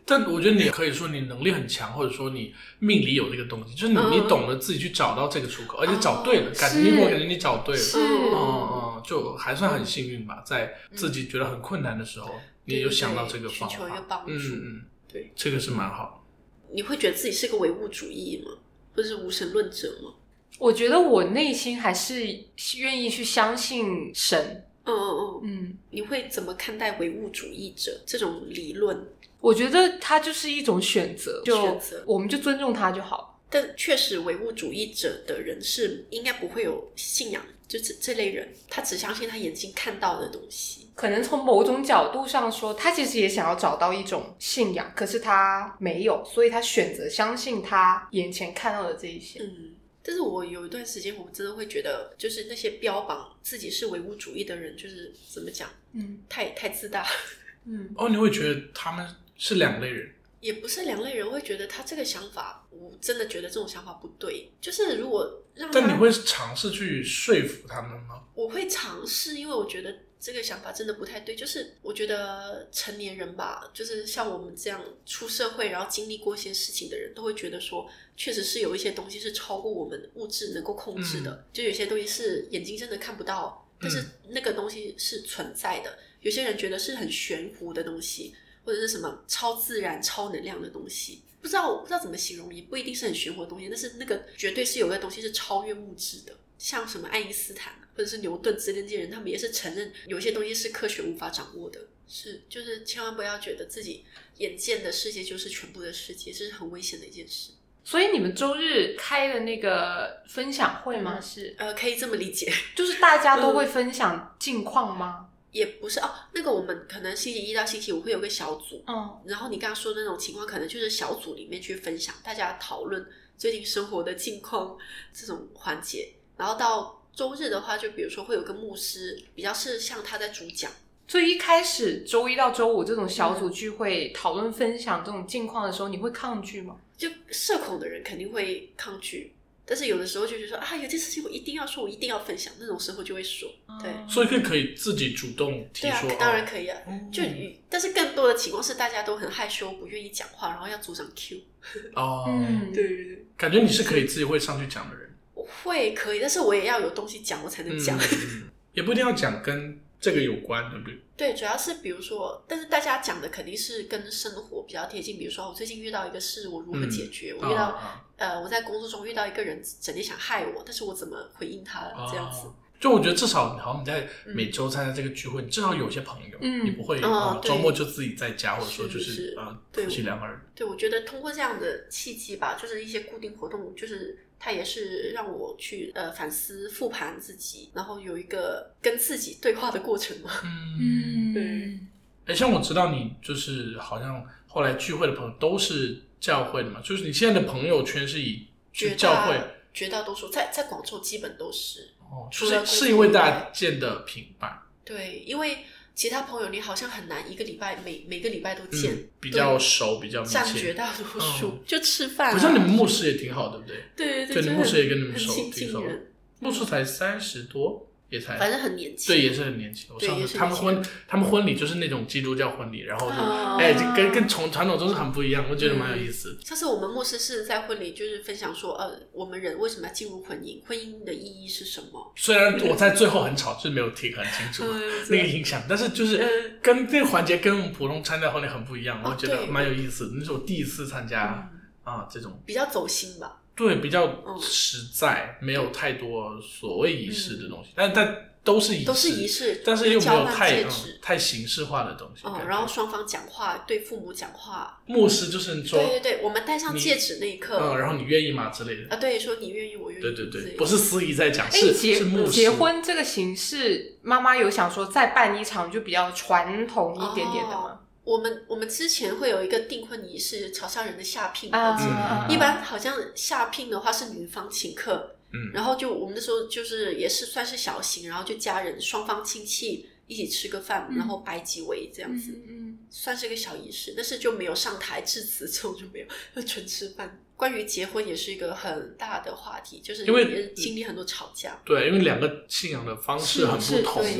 Speaker 1: 但我觉得你可以说你能力很强，或者说你命里有这个东西，就是你、
Speaker 3: 嗯
Speaker 1: 你懂得自己去找到这个出口，而且
Speaker 3: 哦
Speaker 1: 找对了，感觉
Speaker 2: 是
Speaker 1: 你我感觉你找对了，
Speaker 2: 是
Speaker 1: 嗯
Speaker 3: 嗯
Speaker 1: 嗯，就还算很幸运吧，在自己觉得很困难的时候，
Speaker 3: 嗯
Speaker 1: 你有想到这个方
Speaker 3: 寻求一个
Speaker 1: 法
Speaker 3: 帮，助
Speaker 1: 嗯嗯，
Speaker 3: 对，
Speaker 1: 这个是蛮好。
Speaker 3: 你会觉得自己是个唯物主义吗？或者是无神论者吗？
Speaker 2: 我觉得我内心还是愿意去相信神。
Speaker 3: 嗯嗯嗯，
Speaker 2: 嗯，
Speaker 3: 你会怎么看待唯物主义者这种理论？
Speaker 2: 我觉得它就是一种选择，就
Speaker 3: 选择
Speaker 2: 我们就尊重它就好。
Speaker 3: 但确实，唯物主义者的人是应该不会有信仰，就这这类人，他只相信他眼睛看到的东西。
Speaker 2: 可能从某种角度上说，他其实也想要找到一种信仰，可是他没有，所以他选择相信他眼前看到的这一些。
Speaker 3: 嗯，但是我有一段时间，我真的会觉得，就是那些标榜自己是唯物主义的人，就是怎么讲，
Speaker 2: 嗯
Speaker 3: 太太自大，
Speaker 2: 嗯，
Speaker 1: 哦，你会觉得他们是两类人，
Speaker 3: 也不是两类人会觉得他这个想法，我真的觉得这种想法不对。就是如果让他，
Speaker 1: 但你会尝试去说服他们吗？
Speaker 3: 我会尝试，因为我觉得这个想法真的不太对。就是我觉得成年人吧，就是像我们这样出社会，然后经历过一些事情的人，都会觉得说，确实是有一些东西是超过我们物质能够控制的，就有些东西是眼睛真的看不到，但是那个东西是存在的。有些人觉得是很悬浮的东西，或者是什么超自然、超能量的东西。不知道我不知道怎么形容，也不一定是很玄乎的东西，但是那个绝对是有个东西是超越物质的，像什么爱因斯坦啊或者是牛顿之类这些人，他们也是承认有些东西是科学无法掌握的，是就是千万不要觉得自己眼见的世界就是全部的世界，这是很危险的一件事。
Speaker 2: 所以你们周日开的那个分享会吗？
Speaker 3: 嗯
Speaker 2: 是，
Speaker 3: 呃，可以这么理解，
Speaker 2: 就是大家都会分享近况吗？
Speaker 3: 也不是哦。那个我们可能星期一到星期五会有个小组，
Speaker 2: 嗯，
Speaker 3: 然后你刚刚说的那种情况，可能就是小组里面去分享，大家讨论最近生活的近况这种环节。然后到周日的话，就比如说会有个牧师，比较是像他在主讲，
Speaker 2: 所以一开始周一到周五这种小组聚会、讨论分享这种近况的时候，你会抗拒吗？
Speaker 3: 就社恐的人肯定会抗拒，但是有的时候就觉得说啊，有件事情我一定要说，我一定要分享，那种时候就会说，对。
Speaker 2: 嗯
Speaker 1: 所以可以可以自己主动提
Speaker 3: 对啊
Speaker 1: 说，，
Speaker 3: 当然
Speaker 1: 哦
Speaker 3: 可以啊，
Speaker 1: 嗯
Speaker 3: 就与但是更多的情况是大家都很害羞，不愿意讲话，然后要组长 Q。
Speaker 1: 哦，
Speaker 2: 嗯，
Speaker 3: 对对对，
Speaker 1: 感觉你是可以自己会上去讲的人，
Speaker 3: 我会可以，但是我也要有东西讲，我才能讲。
Speaker 1: 嗯也不一定要讲跟这个有关，对不对？
Speaker 3: 对，主要是比如说，但是大家讲的肯定是跟生活比较贴近。比如说，我最近遇到一个事，我如何解决？我遇到、
Speaker 1: 啊
Speaker 3: 呃，我在工作中遇到一个人整天想害我，但是我怎么回应他
Speaker 1: 啊
Speaker 3: 这样子？
Speaker 1: 就我觉得至少好像你在每周参加这个聚会，你至少有些朋友，
Speaker 2: 嗯
Speaker 1: 你不会
Speaker 3: 哦
Speaker 1: 啊
Speaker 3: 对
Speaker 1: 周末就自己在家，或者说就是
Speaker 3: 是
Speaker 1: 啊
Speaker 3: 对
Speaker 1: 夫妻两个人，
Speaker 3: 对，我觉得通过这样的契机吧，就是一些固定活动，就是它也是让我去呃反思、复盘自己，然后有一个跟自己对话的过程嘛。
Speaker 1: 嗯，
Speaker 2: 嗯
Speaker 3: 对，
Speaker 1: 哎，像我知道你就是好像后来聚会的朋友都是教会的嘛，就是你现在的朋友圈是以去
Speaker 3: 绝大
Speaker 1: 教会。
Speaker 3: 绝大多数在在广州基本都是
Speaker 1: 哦，
Speaker 3: 除了
Speaker 1: 是
Speaker 3: 工
Speaker 1: 是
Speaker 3: 作
Speaker 1: 因为
Speaker 3: 以
Speaker 1: 大
Speaker 3: 外
Speaker 1: 家见的频繁，
Speaker 3: 对，因为其他朋友你好像很难一个礼拜每每个礼拜都见。
Speaker 1: 嗯，比
Speaker 3: 对
Speaker 1: 较熟，比较密
Speaker 3: 占绝
Speaker 1: 切。
Speaker 3: 大多数，
Speaker 1: 嗯
Speaker 3: 就吃饭、啊。
Speaker 1: 好像你们牧师也挺好，对不对？
Speaker 3: 对
Speaker 1: 对，
Speaker 3: 对就
Speaker 1: 你
Speaker 3: 是
Speaker 1: 牧师也跟你们
Speaker 3: 很
Speaker 1: 熟，
Speaker 3: 亲
Speaker 1: 挺
Speaker 3: 近
Speaker 1: 熟的
Speaker 3: 人。
Speaker 1: 牧师才三十多，也才
Speaker 3: 反正很年轻。
Speaker 1: 哎对，也是很年轻。我
Speaker 3: 对
Speaker 1: 上
Speaker 3: 也
Speaker 1: 次
Speaker 3: 是
Speaker 1: 他们
Speaker 3: 年轻
Speaker 1: 婚他们婚礼就是那种基督教婚礼，然后就
Speaker 3: 哦
Speaker 1: 哎，这跟跟从传统中是很不一样，我觉得蛮有意思。
Speaker 3: 上次我们牧师是在婚礼就是分享说，呃，我们人为什么要进入婚姻？婚姻的意义是什么？
Speaker 1: 虽然我在最后很吵，就是没有听很清楚
Speaker 3: 嗯
Speaker 1: 那个影响，但是就是
Speaker 3: 嗯
Speaker 1: 跟这个环节跟我们普通参加婚礼很不一样，
Speaker 3: 哦
Speaker 1: 我觉得
Speaker 3: 对
Speaker 1: 蛮有意思。那是我第一次参加
Speaker 3: 嗯
Speaker 1: 啊，这种
Speaker 3: 比较走心吧。
Speaker 1: 对比较
Speaker 3: 嗯
Speaker 1: 实在，没有太多所谓仪式的东西，但但都是仪式，
Speaker 3: 嗯都是仪式
Speaker 1: 但是又没
Speaker 3: 交
Speaker 1: 有
Speaker 3: 换
Speaker 1: 太
Speaker 3: 戒指
Speaker 1: 嗯太形式化的东西。
Speaker 3: 嗯，
Speaker 1: 感觉
Speaker 3: 然后双方讲话，对父母讲话，
Speaker 1: 牧师就是说，
Speaker 3: 对对对，我们戴上
Speaker 1: 你
Speaker 3: 戒指那一刻，
Speaker 1: 嗯，然后你愿意吗之类的。
Speaker 3: 啊，对，说你愿意，我愿意，
Speaker 1: 对对对，
Speaker 3: 对，
Speaker 1: 不是司仪在讲，
Speaker 2: 哎，
Speaker 1: 是是
Speaker 2: 结
Speaker 1: 牧师
Speaker 2: 结婚这个形式，妈妈有想说再办一场就比较传统一点点的吗？
Speaker 3: 我们我们之前会有一个订婚仪式，潮汕人的下聘，
Speaker 2: 啊
Speaker 1: 嗯
Speaker 2: 啊，
Speaker 3: 哦一般好像下聘的话是女方请客，
Speaker 1: 嗯
Speaker 3: 然后就我们那时候就是也是算是小型，然后就家人双方亲戚一起吃个饭，
Speaker 2: 嗯
Speaker 3: 然后摆几围这样
Speaker 2: 嗯
Speaker 3: 子，
Speaker 2: 嗯
Speaker 3: 算是一个小仪式，但是就没有上台致辞，这种就没有，就纯吃饭。关于结婚也是一个很大的话题，就是
Speaker 1: 因为
Speaker 3: 也经历很多吵架，
Speaker 1: 对，因为两个信仰的方式很不
Speaker 2: 嗯
Speaker 3: 是
Speaker 1: 同，
Speaker 3: 对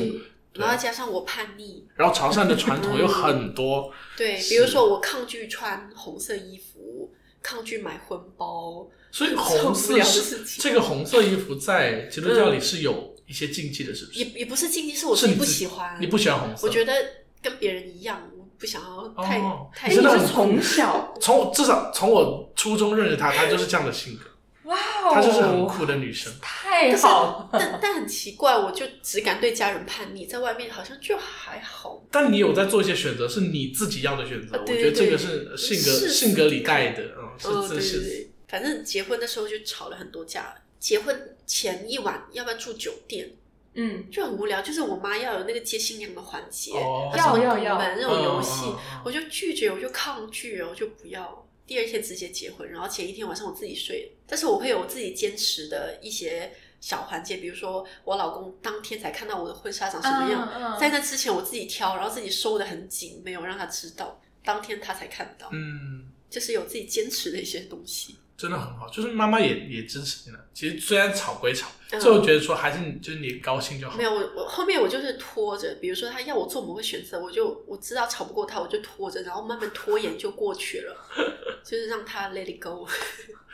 Speaker 1: 对啊
Speaker 3: 然后加上我叛逆，
Speaker 1: 然后潮汕的传统有很 多，
Speaker 3: 对，
Speaker 1: 是
Speaker 3: 比如说我抗拒穿红色衣服，抗拒买婚包，
Speaker 1: 所以红
Speaker 3: 受不
Speaker 1: 色
Speaker 3: 了的
Speaker 1: 是
Speaker 3: 事情
Speaker 1: 这个红色衣服在基督教里是有一些禁忌的，是不
Speaker 3: 嗯也
Speaker 1: 是？
Speaker 3: 也不是禁忌，是我
Speaker 1: 是
Speaker 3: 自
Speaker 1: 你
Speaker 3: 己不
Speaker 1: 自己
Speaker 3: 喜欢，
Speaker 1: 你不喜欢红色？
Speaker 3: 我觉得跟别人一样，我不想要太、
Speaker 1: 哦
Speaker 3: 太
Speaker 2: 哎，
Speaker 1: 哎
Speaker 2: 你
Speaker 1: 真的
Speaker 2: 是
Speaker 1: 很
Speaker 2: 从小
Speaker 1: 从我至少从我初中认识她，她就是这样的性格，
Speaker 2: 哇哦，
Speaker 1: 她就是很酷的女生。
Speaker 2: 太
Speaker 3: 但是
Speaker 2: 好，
Speaker 3: 但但很奇怪，我就只敢对家人叛逆，在外面好像就还好。
Speaker 1: 但你有在做一些选择，是你自己要的选择。
Speaker 3: 啊
Speaker 1: 我
Speaker 3: 对
Speaker 1: 觉得这个
Speaker 3: 对
Speaker 1: 是
Speaker 3: 对
Speaker 1: 性格
Speaker 3: 是
Speaker 1: 性格里带的，嗯，
Speaker 3: 哦，
Speaker 1: 是
Speaker 3: 对
Speaker 1: 这
Speaker 3: 对
Speaker 1: 是
Speaker 3: 对，反正结婚的时候就吵了很多架。结婚前一晚，要不要住酒店，
Speaker 2: 嗯，
Speaker 3: 就很无聊。就是我妈要有那个接新娘的环节，
Speaker 1: 哦
Speaker 3: 她说
Speaker 2: 要
Speaker 3: 我
Speaker 2: 要
Speaker 3: 们那
Speaker 1: 这
Speaker 3: 种游
Speaker 1: 嗯
Speaker 3: 戏，我就拒绝，我就抗拒，我就不要。第二天直接结婚，然后前一天晚上我自己睡，但是我会有我自己坚持的一些小环节，比如说我老公当天才看到我的婚纱长什么样，
Speaker 2: 嗯
Speaker 3: 在那之前我自己挑，然后自己收的很紧，没有让他知道，当天他才看到，
Speaker 1: 嗯。
Speaker 3: 就是有自己坚持的一些东西。
Speaker 1: 真的很好，就是妈妈也也支持你了。其实虽然吵归吵，
Speaker 3: 嗯
Speaker 1: 最后觉得说还是你就是你高兴就好
Speaker 3: 没。有，我我后面我就是拖着，比如说他要我做某个选择，我就我知道吵不过他，我就拖着，然后慢慢拖延就过去了， 就是让他 let it go，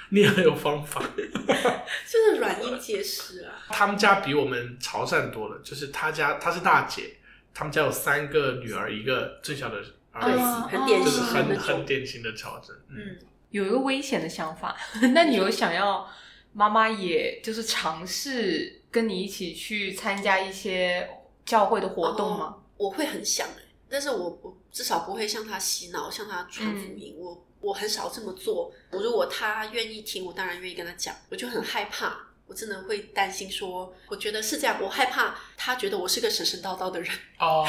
Speaker 1: 你也很有方法。
Speaker 3: 就是软硬皆施啊。
Speaker 1: 他们家比我们潮汕多了，就是他家她是大姐，他们家有三个女儿，一个最小的儿
Speaker 3: 对，
Speaker 1: 子，
Speaker 3: 很典
Speaker 1: 哦就
Speaker 3: 型
Speaker 1: 是
Speaker 3: 的嗯哦那
Speaker 1: 很很
Speaker 3: 种。
Speaker 1: 典型的潮汕。嗯，
Speaker 3: 嗯，
Speaker 2: 有一个危险的想法， 那你有想要妈妈也就是尝试跟你一起去参加一些教会的活动吗？
Speaker 3: 我会很想哎、但是我我至少不会向他洗脑，向他
Speaker 1: 嗯
Speaker 3: 传福音。我我很少这么做。我如果他愿意听，我当然愿意跟他讲。我就很害怕，我真的会担心说，我觉得是这样，我害怕他觉得我是个神神叨叨的人。
Speaker 1: 哦，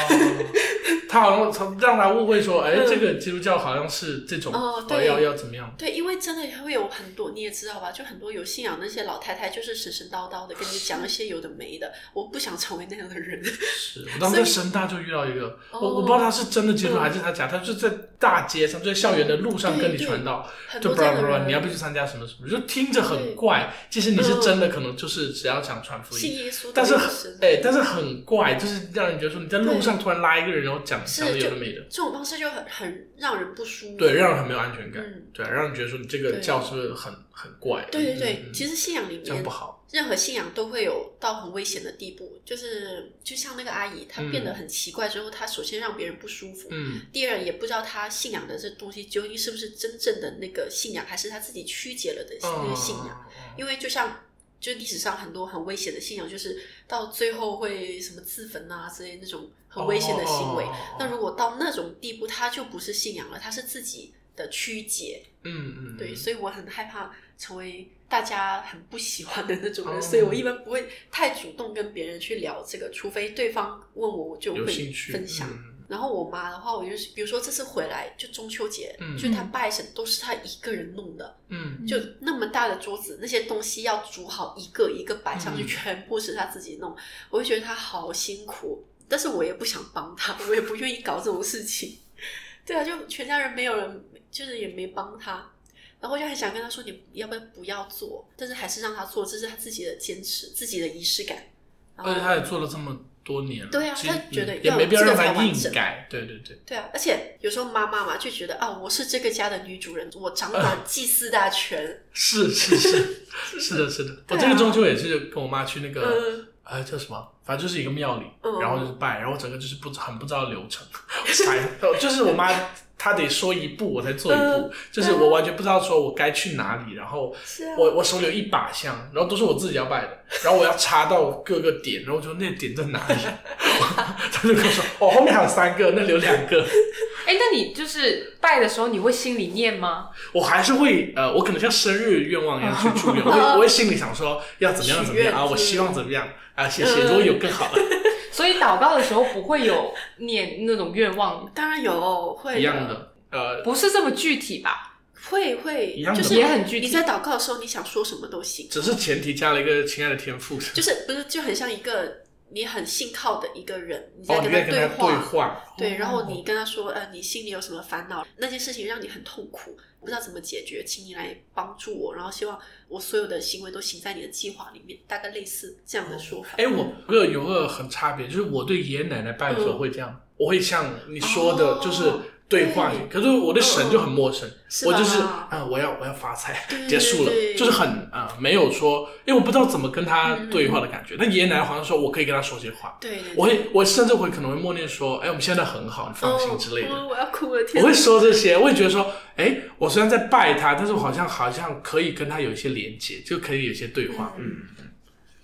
Speaker 1: 他好像让他误会说，哎，
Speaker 3: 嗯
Speaker 1: 这个基督教好像是这种，
Speaker 3: 哦
Speaker 1: 呃
Speaker 3: 对
Speaker 1: 要要怎么样？
Speaker 3: 对，因为真的会有很多，你也知道吧，就很多有信仰那些老太太，就是神神叨叨的跟你讲一些有的没的。我不想成为那样的人。
Speaker 1: 是我当时在深大就遇到一个，
Speaker 3: 哦
Speaker 1: 我我不知道他是真的基督徒
Speaker 3: 嗯
Speaker 1: 还是他假，他就在大街上，就在校园的路上跟你
Speaker 3: 对对
Speaker 1: 传道。
Speaker 3: 很
Speaker 1: 就
Speaker 3: 多
Speaker 1: 不
Speaker 3: 这样
Speaker 1: 然
Speaker 3: 的
Speaker 1: 不然，
Speaker 3: 人。
Speaker 1: 你要不要去参加什么什么，就听着很
Speaker 3: 对
Speaker 1: 怪。其实你是
Speaker 3: 嗯
Speaker 1: 真的可能就是只要想传福
Speaker 3: 信
Speaker 1: 音，
Speaker 3: 耶稣的
Speaker 1: 但是
Speaker 3: 人
Speaker 1: 很
Speaker 3: 生，
Speaker 1: 哎，但是很怪，就是让人觉得说你在路上突然拉一个人，然后讲讲的
Speaker 3: 是
Speaker 1: 有
Speaker 3: 就
Speaker 1: 的没的，
Speaker 3: 这种方式就很很让人不舒服。
Speaker 1: 对，让人很没有安全感，
Speaker 3: 嗯，
Speaker 1: 对，啊让人觉得说你这个
Speaker 3: 对
Speaker 1: 教是不是很很怪？
Speaker 3: 对对
Speaker 1: 嗯
Speaker 3: 对，
Speaker 1: 嗯
Speaker 3: 其实信仰里
Speaker 1: 这样
Speaker 3: 面
Speaker 1: 不，好。
Speaker 3: 任何信仰都会有到很危险的地步，就是就像那个阿姨，她
Speaker 1: 嗯
Speaker 3: 变得很奇怪之后，她首先让别人不舒服。
Speaker 1: 嗯，
Speaker 3: 第二，也不知道她信仰的这东西究竟是不是真正的那个信仰，还是她自己曲解了的那个信仰。
Speaker 1: 嗯，
Speaker 3: 因为就像就历史上很多很危险的信仰，就是到最后会什么自焚啊之类那种很危险的行为
Speaker 1: 哦。哦哦哦
Speaker 3: 那如果到那种地步，它就不是信仰了，它是自己的曲解。
Speaker 1: 嗯嗯，
Speaker 3: 对，
Speaker 1: 嗯
Speaker 3: 所以我很害怕成为大家很不喜欢的那种人，
Speaker 1: 哦
Speaker 3: 所以我一般不会太主动跟别人去聊这个，除非对方问我，我就
Speaker 1: 有
Speaker 3: 会
Speaker 1: 兴趣
Speaker 3: 分享。
Speaker 1: 嗯
Speaker 3: 然后我妈的话，我就是比如说这次回来就中秋节，
Speaker 1: 嗯
Speaker 3: 就她拜神都是她一个人弄的，
Speaker 1: 嗯，
Speaker 3: 就那么大的桌子，那些东西要煮好一个一个摆上去，
Speaker 1: 嗯
Speaker 3: 全部是他自己弄，我就觉得他好辛苦，但是我也不想帮他，我也不愿意搞这种事情。 对啊，就全家人没有人，就是也没帮他，然后我就很想跟他说，你要不要不要做？但是还是让他做，这是他自己的坚持，自己的仪式感。然后
Speaker 1: 而且他也做了这么多年了，
Speaker 3: 对啊
Speaker 1: 其实
Speaker 3: 他觉得
Speaker 1: 嗯也
Speaker 3: 要
Speaker 1: 没必要让
Speaker 3: 这个才
Speaker 1: 他
Speaker 3: 完
Speaker 1: 硬
Speaker 3: 整
Speaker 1: 改，对对对，
Speaker 3: 对啊，而且有时候妈妈嘛就觉得啊，我是这个家的女主人，我 掌管祭祀大权。
Speaker 1: 是是是是的， 是的。我
Speaker 3: 对啊
Speaker 1: 这个中秋也是跟我妈去那个
Speaker 3: 嗯，
Speaker 1: 呃叫什么，反正就是一个庙里
Speaker 3: 嗯，
Speaker 1: 然后就是拜，然后整个就是不很不知道流 程，才哦就是我妈她得说一步我才做一步
Speaker 3: 嗯，
Speaker 1: 就是我完全不知道说我该去哪里，然后
Speaker 3: 是啊，
Speaker 1: 我我手里有一把香，然后都是我自己要拜的，然后我要插到各个点，然后我就那点在哪里？ 他就跟我说，哦，后面还有三个，那里有两个，
Speaker 2: 哎，那你就是拜的时候，你会心里念吗？
Speaker 1: 我还是会呃，我可能像生日愿望一样去祝愿，我会我会心里想说要怎么样怎么
Speaker 3: 许
Speaker 1: 样
Speaker 3: 愿
Speaker 1: 啊，我
Speaker 3: 是
Speaker 1: 希望怎么样啊，谢谢，
Speaker 3: 嗯
Speaker 1: 如果有更好的，
Speaker 2: 所以祷告的时候不会有念那种愿望，
Speaker 3: 当然有会
Speaker 1: 一样， 的，呃，
Speaker 2: 不是这么具体吧？
Speaker 3: 会会
Speaker 1: 一样的
Speaker 3: 就是
Speaker 2: 也很具体
Speaker 3: 你在祷告的时候，你想说什么都行，
Speaker 1: 只是前提加了一个亲爱的天赋，就
Speaker 3: 就是不是就很像一个你很信靠的一个人，你
Speaker 1: 哦
Speaker 3: 在，
Speaker 1: 你
Speaker 3: 跟
Speaker 1: 在
Speaker 3: 他
Speaker 1: 跟他
Speaker 3: 话。
Speaker 1: 对话，
Speaker 3: 对，然后你
Speaker 1: 哦
Speaker 3: 跟他说，呃，你心里有什么烦恼，那件事情让你很痛苦，不知道怎么解决，请你来帮助我，然后希望我所有的行为都行在你的计划里面，大概类似这样的说法。
Speaker 1: 哎，我我有有个很差别，就是我对爷爷奶奶拜的时候
Speaker 3: 嗯
Speaker 1: 会这样，我会像你说的，
Speaker 3: 哦
Speaker 1: 就是对话
Speaker 3: 对，
Speaker 1: 可是我对神
Speaker 3: 嗯
Speaker 1: 就很陌生，
Speaker 3: 是
Speaker 1: 我
Speaker 3: 吧
Speaker 1: 就是啊、我要我要发财，
Speaker 3: 对
Speaker 1: 结束了，
Speaker 3: 对嗯
Speaker 1: 就是很啊、没有说，因为我不知道怎么跟他对话的感觉。但爷爷奶奶好像说我可以跟他说些话，
Speaker 3: 对，对
Speaker 1: 我会我甚至会可能会默念说，哎，我们现在很好，你放心之类的。
Speaker 3: 哦、我要哭了，
Speaker 1: 我
Speaker 3: 天哪！
Speaker 1: 会说这些，我也觉得说，哎，我虽然在拜他，但是我好像好像可以跟他有一些连接，就可以有一些对话，嗯。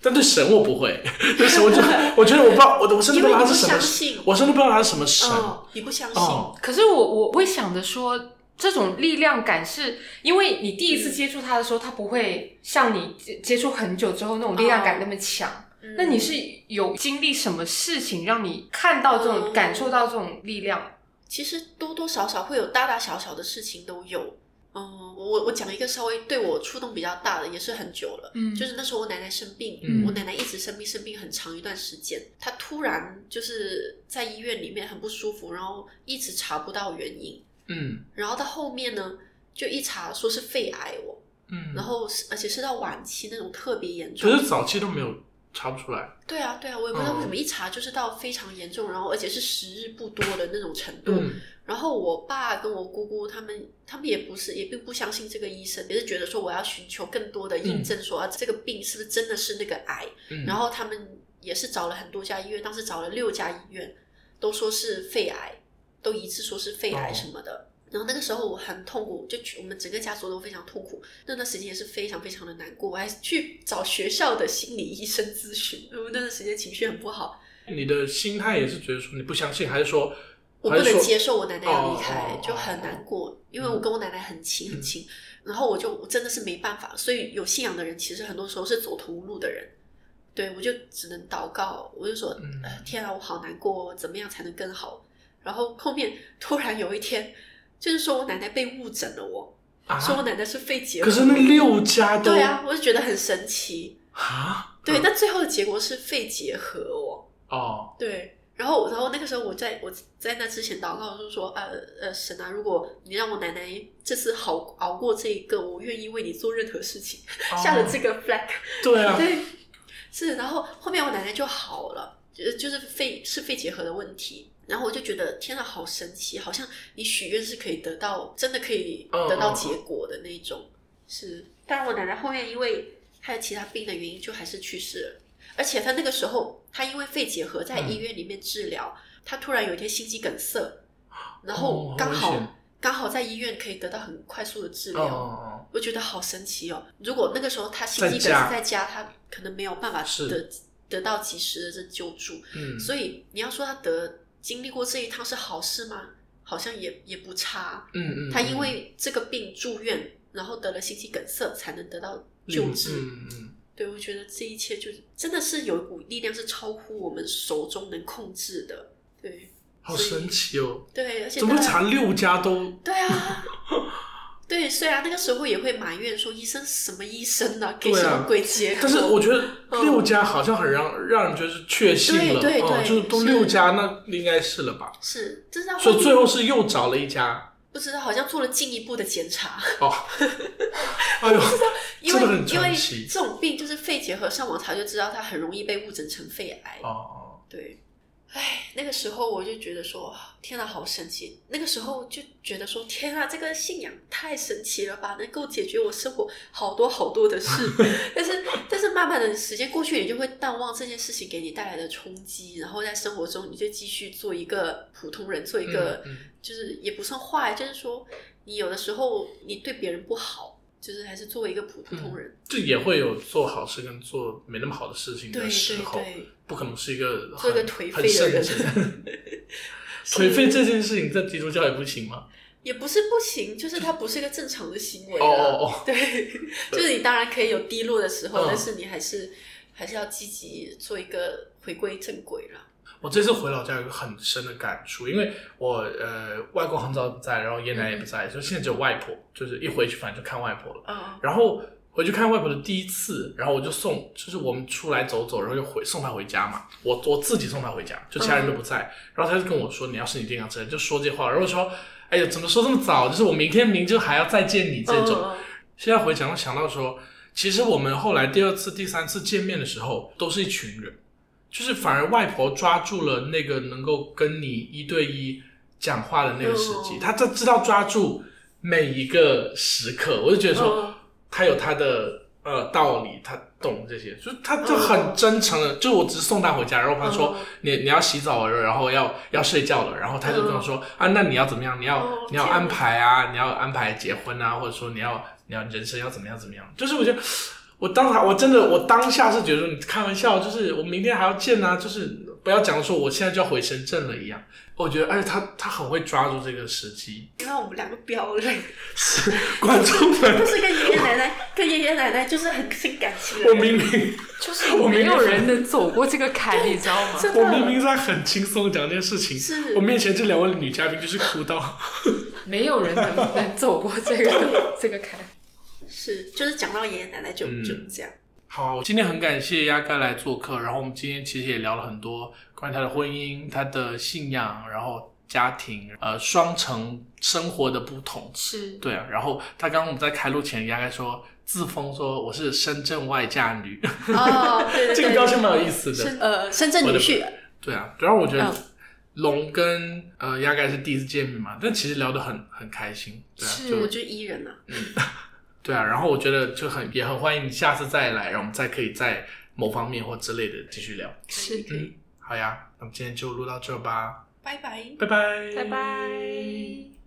Speaker 1: 但对神我不会， 对神我 就我觉得我不知道，我我甚至
Speaker 3: 因
Speaker 1: 不
Speaker 3: 为
Speaker 1: 知道
Speaker 3: 你
Speaker 1: 他
Speaker 3: 不
Speaker 1: 是什么
Speaker 3: 相，信，
Speaker 1: 我甚至不知道他是什么神
Speaker 3: 哦，你不相信，
Speaker 1: 哦，
Speaker 2: 可是我我会想着说，这种力量感是因为你第一次接触它的时候，它不会像你接接触很久之后那种力量感那么强。
Speaker 3: 嗯
Speaker 2: 那你是有经历什么事情让你看到这种、
Speaker 3: 嗯
Speaker 2: 感受到这种力量？
Speaker 3: 其实多多少少会有大大小小的事情都有。嗯，我我讲一个稍微对我触动比较大的，也是很久了。
Speaker 2: 嗯
Speaker 3: 就是那时候我奶奶生病，
Speaker 1: 嗯
Speaker 3: 我奶奶一直生病，生病很长一段时间。她突然就是在医院里面很不舒服，然后一直查不到原因。
Speaker 1: 嗯
Speaker 3: 然后到后面呢，就一查说是肺癌哦，
Speaker 1: 嗯，
Speaker 3: 然后是而且是到晚期那种特别严重
Speaker 1: 可。是早期都没有查不出来，
Speaker 3: 对啊，对啊，我也不知道
Speaker 1: 嗯
Speaker 3: 为什么一查就是到非常严重，然后而且是时日不多的那种程度。
Speaker 1: 嗯
Speaker 3: 然后我爸跟我姑姑他们，他们也不是也并不相信这个医生，也是觉得说我要寻求更多的印证，说啊这个病是不是真的是那个癌。
Speaker 1: 嗯，
Speaker 3: 然后他们也是找了很多家医院，当时找了六家医院，都说是肺癌，都一致说是肺癌
Speaker 1: 哦
Speaker 3: 什么的。然后那个时候我很痛苦，就我们整个家族都非常痛苦，那段时间也是非常非常的难过，我还去找学校的心理医生咨询，因为那段时间情绪很不好，
Speaker 1: 你的心态也是觉得说你不相信，还是说
Speaker 3: 我
Speaker 1: 还
Speaker 3: 不
Speaker 1: 是
Speaker 3: 能
Speaker 1: 说
Speaker 3: 接受我奶奶要离
Speaker 1: 哦
Speaker 3: 开
Speaker 1: 哦，嗯
Speaker 3: 就很难过，因为我跟我奶奶很亲很亲，然后我就我真的是没办法，所以有信仰的人其实很多时候是走投无路的人，对我就只能祷告，我就说
Speaker 1: 嗯，
Speaker 3: 呃，天啊，我好难过哦，怎么样才能更好？然后后面突然有一天，就是说我奶奶被误诊了我，
Speaker 1: 啊？
Speaker 3: 说我奶奶是肺结核，
Speaker 1: 可是那六家都
Speaker 3: 对啊，我就觉得很神奇，
Speaker 1: 啊，
Speaker 3: 对，
Speaker 1: 嗯
Speaker 3: 但最后的结果是肺结核哦，
Speaker 1: 哦。
Speaker 3: 对，然后然后那个时候我在我在那之前祷告就说，呃呃，神啊，如果你让我奶奶这次好熬过这一个，我愿意为你做任何事情，下了这
Speaker 1: 哦、
Speaker 3: 个 flag，
Speaker 1: 对啊，
Speaker 3: 对，是，然后后面我奶奶就好了，就就是肺是肺结核的问题。然后我就觉得天呐，好神奇，好像你许愿是可以得到，真的可以
Speaker 1: 嗯
Speaker 3: 得到
Speaker 1: 嗯
Speaker 3: 结果的那一种。是，当然我奶奶后面因为还有其他病的原因，就还是去世了。而且她那个时候，她因为肺结核在
Speaker 1: 嗯
Speaker 3: 医院里面治疗，她突然有一天心肌梗塞，然
Speaker 1: 哦
Speaker 3: 后
Speaker 1: 好
Speaker 3: 刚
Speaker 1: 危
Speaker 3: 好、
Speaker 1: 险
Speaker 3: 刚好在医院可以得到很快速的治
Speaker 1: 哦
Speaker 3: 疗。
Speaker 1: 哦，
Speaker 3: 我觉得好神奇哦！如果那个时候他心肌梗
Speaker 1: 在家
Speaker 3: 塞在家，他可能没有办法
Speaker 1: 是
Speaker 3: 得得到及时的这救助
Speaker 1: 哦。嗯，
Speaker 3: 所以你要说他得经历过这一趟是好事吗？好像也也不差。
Speaker 1: 嗯嗯，
Speaker 3: 他因为这个病住院，然后得了心肌梗塞，才能得到救
Speaker 1: 嗯
Speaker 3: 治。
Speaker 1: 嗯嗯
Speaker 3: 对，我觉得这一切就是真的是有一股力量是超乎我们手中能控制的。对
Speaker 1: 嗯，好神奇哦，
Speaker 3: 对，而且
Speaker 1: 怎么会
Speaker 3: 大家
Speaker 1: 查六家都？
Speaker 3: 对啊， 对，虽然那个时候也会埋怨说医生是什么医生呢、给
Speaker 1: 对啊
Speaker 3: 什么鬼结果？
Speaker 1: 但是我觉得
Speaker 3: 嗯
Speaker 1: 六家好像很让让人觉得是确信了，
Speaker 3: 对对
Speaker 1: 哦
Speaker 3: 对
Speaker 1: 就是都
Speaker 3: 是
Speaker 1: 六家，那应该是了吧？
Speaker 3: 是，真的，
Speaker 1: 所以最后是又找了一家，
Speaker 3: 不知道好像做了进一步的检查，
Speaker 1: 哦，哎呦，
Speaker 3: 因因 为
Speaker 1: 真的很
Speaker 3: 因为
Speaker 1: 传奇
Speaker 3: 这种病就是肺结核，上网查就知道它很容易被误诊成肺癌。
Speaker 1: 哦，
Speaker 3: 对，哎，那个时候我就觉得说，天哪，好神奇！那个时候就觉得说，天啊，这个信仰太神奇了吧，能够解决我生活好多好多的事。 但是，但是慢慢的时间过去，你就会淡忘这件事情给你带来的冲击，然后在生活中你就继续做一个普通人，做一个、
Speaker 1: 嗯嗯
Speaker 3: 就是也不算坏，就是说你有的时候你对别人不好。就是还是作为一个普普
Speaker 1: 嗯
Speaker 3: 通人，
Speaker 1: 这也会有做好事跟做没那么好的事情
Speaker 3: 对
Speaker 1: 的时
Speaker 3: 对
Speaker 1: 候，
Speaker 3: 对，
Speaker 1: 不可能是一个
Speaker 3: 做一个
Speaker 1: 很
Speaker 3: 颓
Speaker 1: 很
Speaker 3: 废的
Speaker 1: 圣
Speaker 3: 人
Speaker 1: 洁
Speaker 3: 是
Speaker 1: 颓废这件事情在基督教也不行吗？
Speaker 3: 也不是不行，就是它不是一个正常的行为
Speaker 1: 哦
Speaker 3: 啊
Speaker 1: 哦哦，
Speaker 3: 对，就是你当然可以有低落的时候，
Speaker 1: 嗯
Speaker 3: 但是你还是还是要积极做一个回归正轨啦。
Speaker 1: 我这次回老家有一个很深的感触，因为我呃外公很早不在，然后爷爷奶奶也不在，就现在只有外婆，就是一回去反正就看外婆了。
Speaker 3: 嗯
Speaker 1: 然后回去看外婆的第一次，然后我就送，就是我们出来走走，然后就回送她回家嘛。我我自己送她回家，就其他人都不在。然后他就跟我说：“你要是你健康之类的，就说这话。”然后我说：“哎呀，怎么说这么早？就是我明天明就还要再见你这种。
Speaker 3: 嗯
Speaker 1: 现在回想，我想到说，其实我们后来第二次、第三次见面的时候，都是一群人，就是反而外婆抓住了那个能够跟你一对一讲话的那个时机，
Speaker 3: 嗯
Speaker 1: 她这知道抓住每一个时刻，我就觉得说
Speaker 3: 嗯，
Speaker 1: 她有她的呃道理，她懂这些，就是她就很真诚的，就我只是送她回家，然后她说
Speaker 3: 嗯
Speaker 1: 你你要洗澡了，然后要要睡觉了，然后她就跟我说啊，那你要怎么样？你要
Speaker 3: 哦
Speaker 1: 你要
Speaker 3: 天哪
Speaker 1: 安排。排啊，你要安排结婚啊，或者说你要你要人生要怎么样怎么样，就是我觉得我当场我真的我当下是觉得你开玩笑，就是我明天还要见啊，就是不要讲说我现在就要回深圳了一样。我觉得，而且他他很会抓住这个时 机，
Speaker 3: 因为我们两个飙泪，
Speaker 1: 观众
Speaker 3: 就
Speaker 1: 们，
Speaker 3: 是跟爷爷奶奶，跟爷爷奶奶就是很性感情的人。
Speaker 1: 我明明
Speaker 2: 就是
Speaker 1: 我
Speaker 2: 没
Speaker 1: 明明
Speaker 2: 有人能走过这个坎，你知道吗？
Speaker 3: 真的
Speaker 1: 我明明在很轻松地讲这件事情，
Speaker 3: 是
Speaker 1: 我面前这两位女嘉宾就是哭到，
Speaker 2: 没有人 能能走过这个 这个坎。
Speaker 3: 是就是讲到爷爷奶奶就、
Speaker 1: 嗯
Speaker 3: 就这样。
Speaker 1: 好，今天很感谢鸭盖来做客，然后我们今天其实也聊了很多关于他的婚姻、他的信仰，然后家庭，呃，双城生活的不同。
Speaker 2: 是，
Speaker 1: 对啊，然后他刚刚我们在开录前，鸭盖说自封说我是深圳外嫁女，
Speaker 3: 哦，对对对，
Speaker 1: 这个标签蛮有意思的。
Speaker 3: 深呃深圳女婿，
Speaker 1: 对啊，然后我觉得
Speaker 3: 嗯
Speaker 1: 龙跟呃鸭盖是第一次见面嘛，但其实聊得很很开心。对啊，
Speaker 2: 是
Speaker 1: 就
Speaker 3: 我就伊人啊。
Speaker 1: 对啊，然后我觉得就很也很欢迎你下次再来，然后我们再可以在某方面或之类的继续聊。
Speaker 2: 是
Speaker 3: 可以，
Speaker 1: 好呀，那么今天就录到这吧，
Speaker 3: 拜拜。
Speaker 1: 拜拜，
Speaker 2: 拜拜。